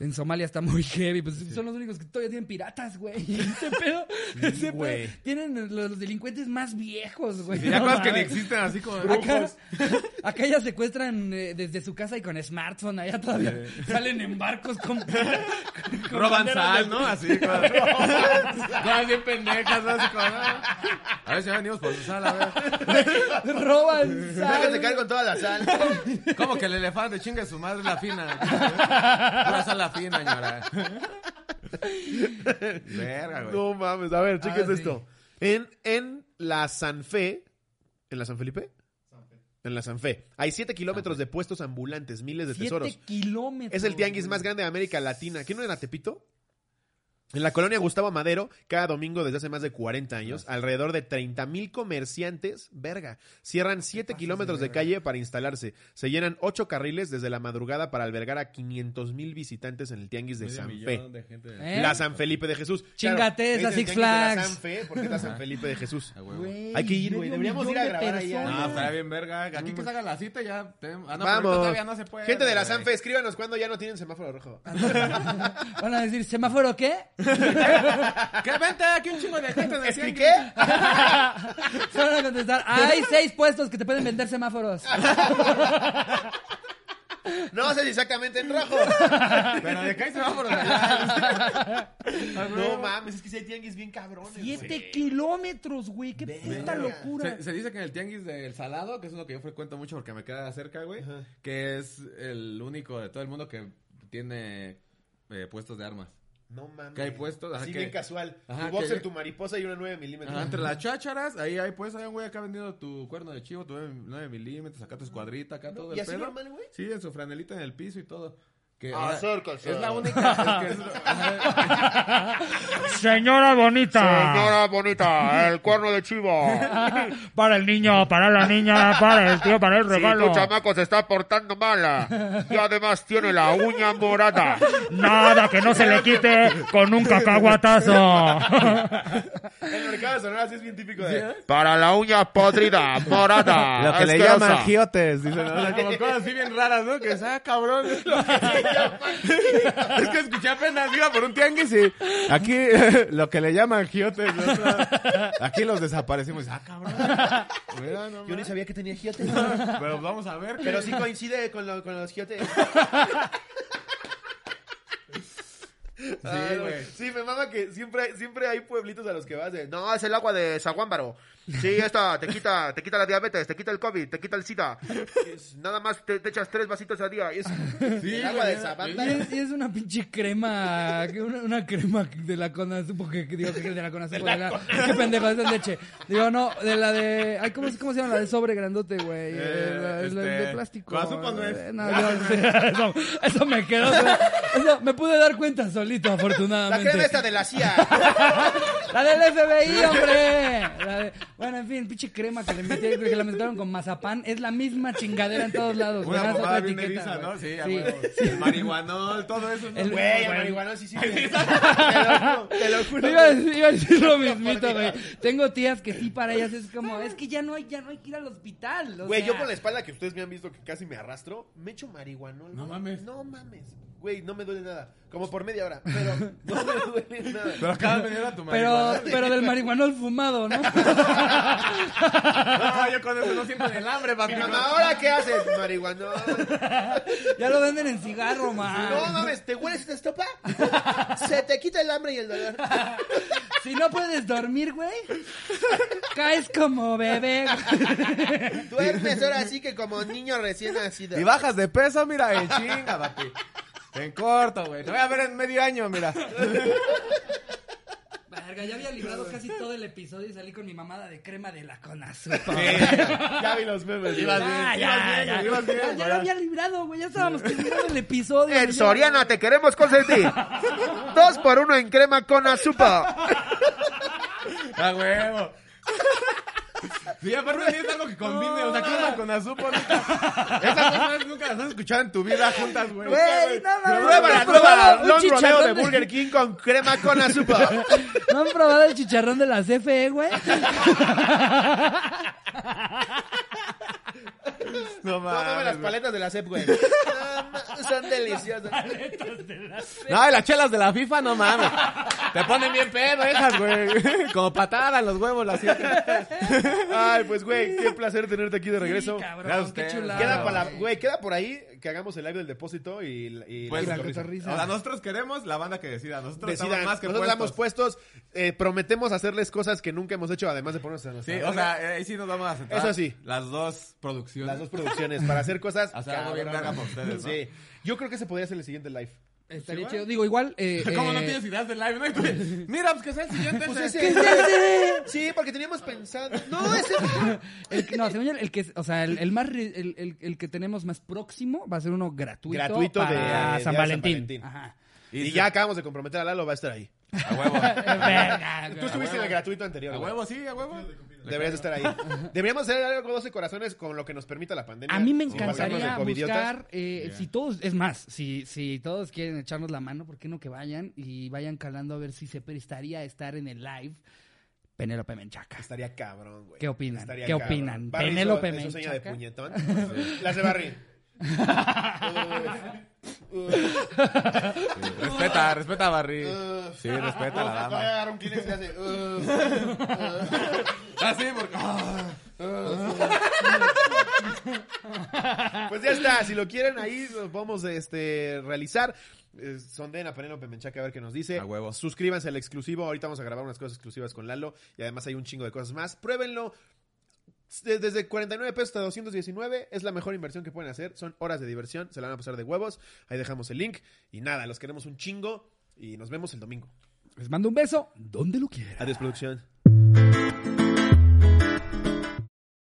S1: En Somalia está muy heavy, pues son los únicos que todavía tienen piratas, güey. (laughs) Ese pedo, ese pedo.
S8: güey.
S1: Tienen los, los delincuentes más viejos, güey.
S2: Y ya
S1: No
S2: cosas que ni
S1: mames.
S2: existen así como...
S1: Acá, (laughs) acá ya secuestran eh, desde su casa y con smartphone, allá todavía salen en barcos con... (laughs) con- con
S2: Roban
S1: banderas
S2: sal,
S1: de-
S2: ¿no? Así, cosas cosas (laughs) bien pendejas, ¿no? Así como, ah, A ver si ya venimos por su sal, a ver.
S1: (laughs) Roban sal.
S8: Déjate caer con toda
S1: (laughs)
S8: la sal.
S2: ¿Cómo que el elefante chinga su madre la fina? Pura sal la fina, señora. Verga, güey.
S8: No mames, a ver, chequen
S1: Ah, sí.
S8: esto. En, en la San Fe, ¿en la San Felipe? En la San Fe. Hay 7 kilómetros de puestos ambulantes, miles de
S1: Siete
S8: tesoros.
S1: kilómetros.
S8: Es el tianguis más grande de América Latina. ¿Quién no era Tepito? En la colonia Gustavo Madero, cada domingo desde hace más de 40 años, alrededor de 30 mil comerciantes, verga, cierran 7 kilómetros de calle para instalarse. Se llenan 8 carriles desde la madrugada para albergar a 500 mil visitantes en el tianguis de San Fe.
S1: ¿Eh?
S8: La San Felipe de Jesús.
S1: Chingate
S8: le
S1: esa
S8: dicen
S1: Six
S8: tianguis de la
S1: Flags.
S8: San Fe porque es la San Felipe
S2: (laughs)
S8: de Jesús.
S2: A huevo.
S1: Güey,
S8: Hay que ir, güey.
S1: medio
S8: Deberíamos ir a
S1: millón de
S8: grabar allá.
S1: personas.
S2: No, estaría bien verga. Aquí que se haga la cita ya tenemos... Ah, no, pero ahorita
S8: Vamos.
S2: todavía no se puede.
S8: Gente de la
S2: güey.
S8: San Fe, escríbanos cuando ya no tienen semáforo rojo.
S1: (laughs) Van a decir, ¿semáforo qué?
S2: ¿Qué? Vente, aquí un chingo de gente. de
S8: ¿Expliqué?
S1: Se van a contestar, hay seis puestos que te pueden vender
S8: (laughs)
S1: semáforos.
S8: No sé si exactamente en rojo.
S2: Pero de qué se va por allá.
S8: No mames, es que si hay tianguis bien cabrones. güey.
S1: Siete kilómetros, güey. Qué puta locura.
S2: Se, se dice que en el tianguis del salado, que es uno que yo frecuento mucho porque me queda cerca, güey, que es el único de todo el mundo que tiene eh, puestos de armas.
S8: No mames.
S2: Que hay puestos, ajá,
S8: Así
S2: que-
S8: bien casual.
S2: ajá,
S8: tu boxer,
S2: que-
S8: tu mariposa y una 9
S2: Ajá,
S8: milímetros.
S2: entre las chácharas, ahí hay pues, hay un güey acá vendiendo tu cuerno de chivo, tu 9 milímetros, acá tu escuadrita, acá todo
S8: ¿y
S2: el
S8: así
S2: pedo.
S8: normal, güey?
S2: Sí, en su franelita en el piso y todo. que ahora-
S10: Acérquese.
S2: Es la única. es que es-
S12: Señora bonita.
S10: Señora bonita, el cuerno
S2: (laughs)
S10: de chivo.
S12: Para el niño, para la niña, para el tío, para el
S10: Si
S12: regalo.
S10: tu chamaco se está portando mala y además tiene la uña morada.
S12: Nada que no se le quite con un cacahuatazo.
S8: El mercado de Sonora sí es bien típico de...
S10: Para la uña podrida, (laughs) morada.
S2: Lo que le
S10: asquerosa.
S2: llaman giotes, dicen, o sea, como cosas así bien raras, ¿no? Que sea cabrón. Es, lo que le llaman. (laughs) Es que escuché apenas, iba por un tianguis y aquí (laughs) lo que le llaman giotes, ¿no? O sea, aquí los desaparecimos. Ah, cabrón. Mira, no
S10: Yo ni
S2: mames.
S10: sabía que tenía giotes.
S2: Pero vamos a ver.
S10: Pero sí coincide con, lo- con los giotes.
S2: Sí, güey.
S10: Sí, me mama que siempre, siempre hay pueblitos a los que vas de, no, es el agua de Zaguámbaro. Sí, esta, te quita, te quita la diabetes, te quita el COVID, te quita el SIDA. Es- nada más te, te echas tres vasitos al día. Es, el agua de
S1: Y
S10: Zaguámbaro.
S1: es, y es una pinche crema, que una, una crema de la Conazupo, que, que digo que es de la Conazupo, de la, qué pendejo, es de leche. Digo, no, de la de, ay, ¿cómo, se- cómo se llama? La de sobre grandote, güey, eh, la- es la
S2: este,
S1: de plástico.
S2: Conazupo no es.
S1: Eh, no, yo sé, eso, eso me quedó, eso me pude dar cuenta solito,
S10: La crema
S1: afortunadamente.
S10: esta de
S2: (laughs)
S10: la CIA.
S1: La del FBI, hombre. La de- Bueno, en fin, pinche crema que le metieron, que la mezclaron con mazapán. Es la misma chingadera en todos lados.
S2: Una
S1: nada más
S2: mamada
S1: otra
S2: bien
S1: etiqueta,
S2: eriza, ¿no?
S1: güey.
S2: Sí, a
S1: Sí. Eh,
S2: huevo. El marihuanol, todo eso. ¿no?
S1: El-
S10: Güey, el
S1: Bueno.
S10: marihuana sí
S2: (laughs)
S10: sirve. Te lo, te lo juro.
S1: Iba a decir, iba a decir
S10: (laughs)
S1: lo mismito, güey. Tengo tías que sí para ellas es como, es que ya no hay, ya no hay que ir al hospital. o
S10: Güey,
S1: sea.
S10: yo con la espalda que ustedes me han visto que casi me arrastro, me echo marihuanol.
S2: No
S10: güey.
S2: mames.
S10: No mames. Güey, no me duele nada. Como por media hora, pero no me duele
S2: (laughs)
S10: nada.
S2: Pero acabas de venir a tu
S1: Pero,
S2: marihuana.
S1: pero del marihuanol fumado,
S10: (laughs)
S1: ¿no?
S2: No, yo con eso no siento el hambre, papi.
S10: Mi mamá, ¿ahora qué haces? Marihuana.
S1: Ya lo venden en cigarro, man.
S10: No mames, ¿te hueles esta estopa? Se te quita el hambre y el dolor.
S1: Si no puedes dormir, güey, caes como bebé.
S10: Duermes ahora así que como niño recién nacido.
S2: Y bajas de peso, mira, en chinga, papi. En corto, güey. Te voy a ver en medio año, mira.
S1: Verga, ya había librado casi todo el episodio y salí con mi mamada de crema de la conazupa.
S8: Ya vi los memes.
S1: Ya, ya, Ah, ya, ya,
S2: ibas bien, güey.
S1: lo había librado, güey. Ya estábamos terminando el episodio.
S10: En
S1: Ya-
S10: Soriana te queremos consentir. Dos por uno en crema con azupa.
S2: A huevo. Sí, aparte sí es algo que combine, o sea, crema con azupo, nunca. Esas cosas nunca las has escuchado en tu vida juntas, güey.
S1: Güey, no, no, no,
S10: Pruébala,
S1: no, probado
S10: pruébala.
S1: un
S10: Long rodeo
S1: chicharrón
S10: de Burger King con crema con azupa.
S1: ¿No han probado el chicharrón de la CFE, güey?
S2: No
S10: No mames,
S2: mames.
S10: las
S2: güey.
S10: paletas de la CEP,
S2: (laughs)
S10: güey.
S8: (laughs)
S10: Son deliciosas.
S2: No, y las chelas de la FIFA, no mames. Te ponen bien pedo esas, güey. Como patada en los huevos, las
S8: Ay, pues, güey, qué placer tenerte aquí de (laughs) regreso.
S1: Sí, cabrón,
S2: Gracias a
S1: qué
S2: ustedes.
S1: chulada.
S8: Queda,
S1: güey.
S8: para la- güey, queda por ahí que hagamos el live del depósito y, y
S2: Pues,
S8: la
S2: la
S8: cotorriza.
S1: cotorriza.
S2: O sea, nosotros queremos la banda que decida. Nosotros
S8: Decidan.
S2: estamos más que
S8: Nosotros damos
S2: puestos.
S8: puestos, eh, prometemos hacerles cosas que nunca hemos hecho, además de ponernos a nuestra
S2: Sí, o
S8: verga.
S2: sea, eh, ahí sí nos vamos a sentar.
S8: Eso sí.
S2: Las dos producciones.
S8: las dos producciones, para hacer cosas.
S2: (laughs) Hacer algo bien
S8: cabronas.
S2: verga por ustedes, ¿no?
S8: Sí. Yo creo que se podría hacer el siguiente live.
S1: Estaría chido. Digo, igual. Eh,
S8: (laughs)
S2: ¿Cómo no
S1: eh,
S2: tienes ideas de live? ¿no? Y (laughs) tú, Mira, pues que sea el siguiente. ese.
S10: (laughs)
S1: ¿Qué es ese?
S10: Sí, porque teníamos pensado.
S2: (laughs)
S10: No, ese.
S1: El, que- no, según yo, el que, o sea, el, el más, ri- el, el- el que tenemos más próximo va a ser uno gratuito,
S8: Gratuito de-
S1: para
S8: de
S1: San
S8: San
S1: Valentín.
S8: Valentín.
S1: Ajá.
S8: Y,
S2: sí.
S8: ya acabamos de comprometer a Lalo, va a estar ahí.
S2: (laughs) A huevo. Ah,
S1: Verga,
S8: Tú
S1: güey.
S8: estuviste en el gratuito anterior.
S2: A
S8: güey.
S2: huevo, sí, a huevo.
S8: Deberías estar
S1: (laughs)
S8: ahí. Deberíamos hacer algo 12 corazones con lo que nos permita la pandemia.
S1: A mí me
S8: Sin pasarnos
S1: encantaría
S8: de covidiotas.
S1: buscar, eh, si todos, es más, si, si todos quieren echarnos la mano, ¿por qué no que vayan y vayan calando a ver si se prestaría a estar en el live Penélope Menchaca?
S8: Estaría cabrón, Este güey.
S1: ¿Qué opinan?
S8: Estaría
S1: ¿Qué
S8: cabrón.
S1: opinan?
S8: Barry hizo-
S1: Penélope
S8: hizo seña de
S1: Menchaca.
S8: puñetón. Las de Barry.
S2: Respeta, respeta a Barry. Sí, respeta a la
S8: Voy a
S2: dama.
S8: agarrar un Kleenex y hace, "Ugh".
S2: (laughs) Ah, sí, porque. ah.
S8: Pues ya está, si lo quieren ahí lo vamos a este, realizar. Eh, Sondeen a Penélope Menchaca a ver qué nos dice.
S2: A huevo.
S8: Suscríbanse al exclusivo. Ahorita vamos a grabar unas cosas exclusivas con Lalo. Y además hay un chingo de cosas más. Pruébenlo. De- Desde 49 pesos hasta 219 es la mejor inversión que pueden hacer. Son horas de diversión. Se la van a pasar de huevos. Ahí dejamos el link. Y nada, los queremos un chingo. Y nos vemos el domingo.
S1: Les mando un beso donde lo quieran.
S8: Adiós, producción.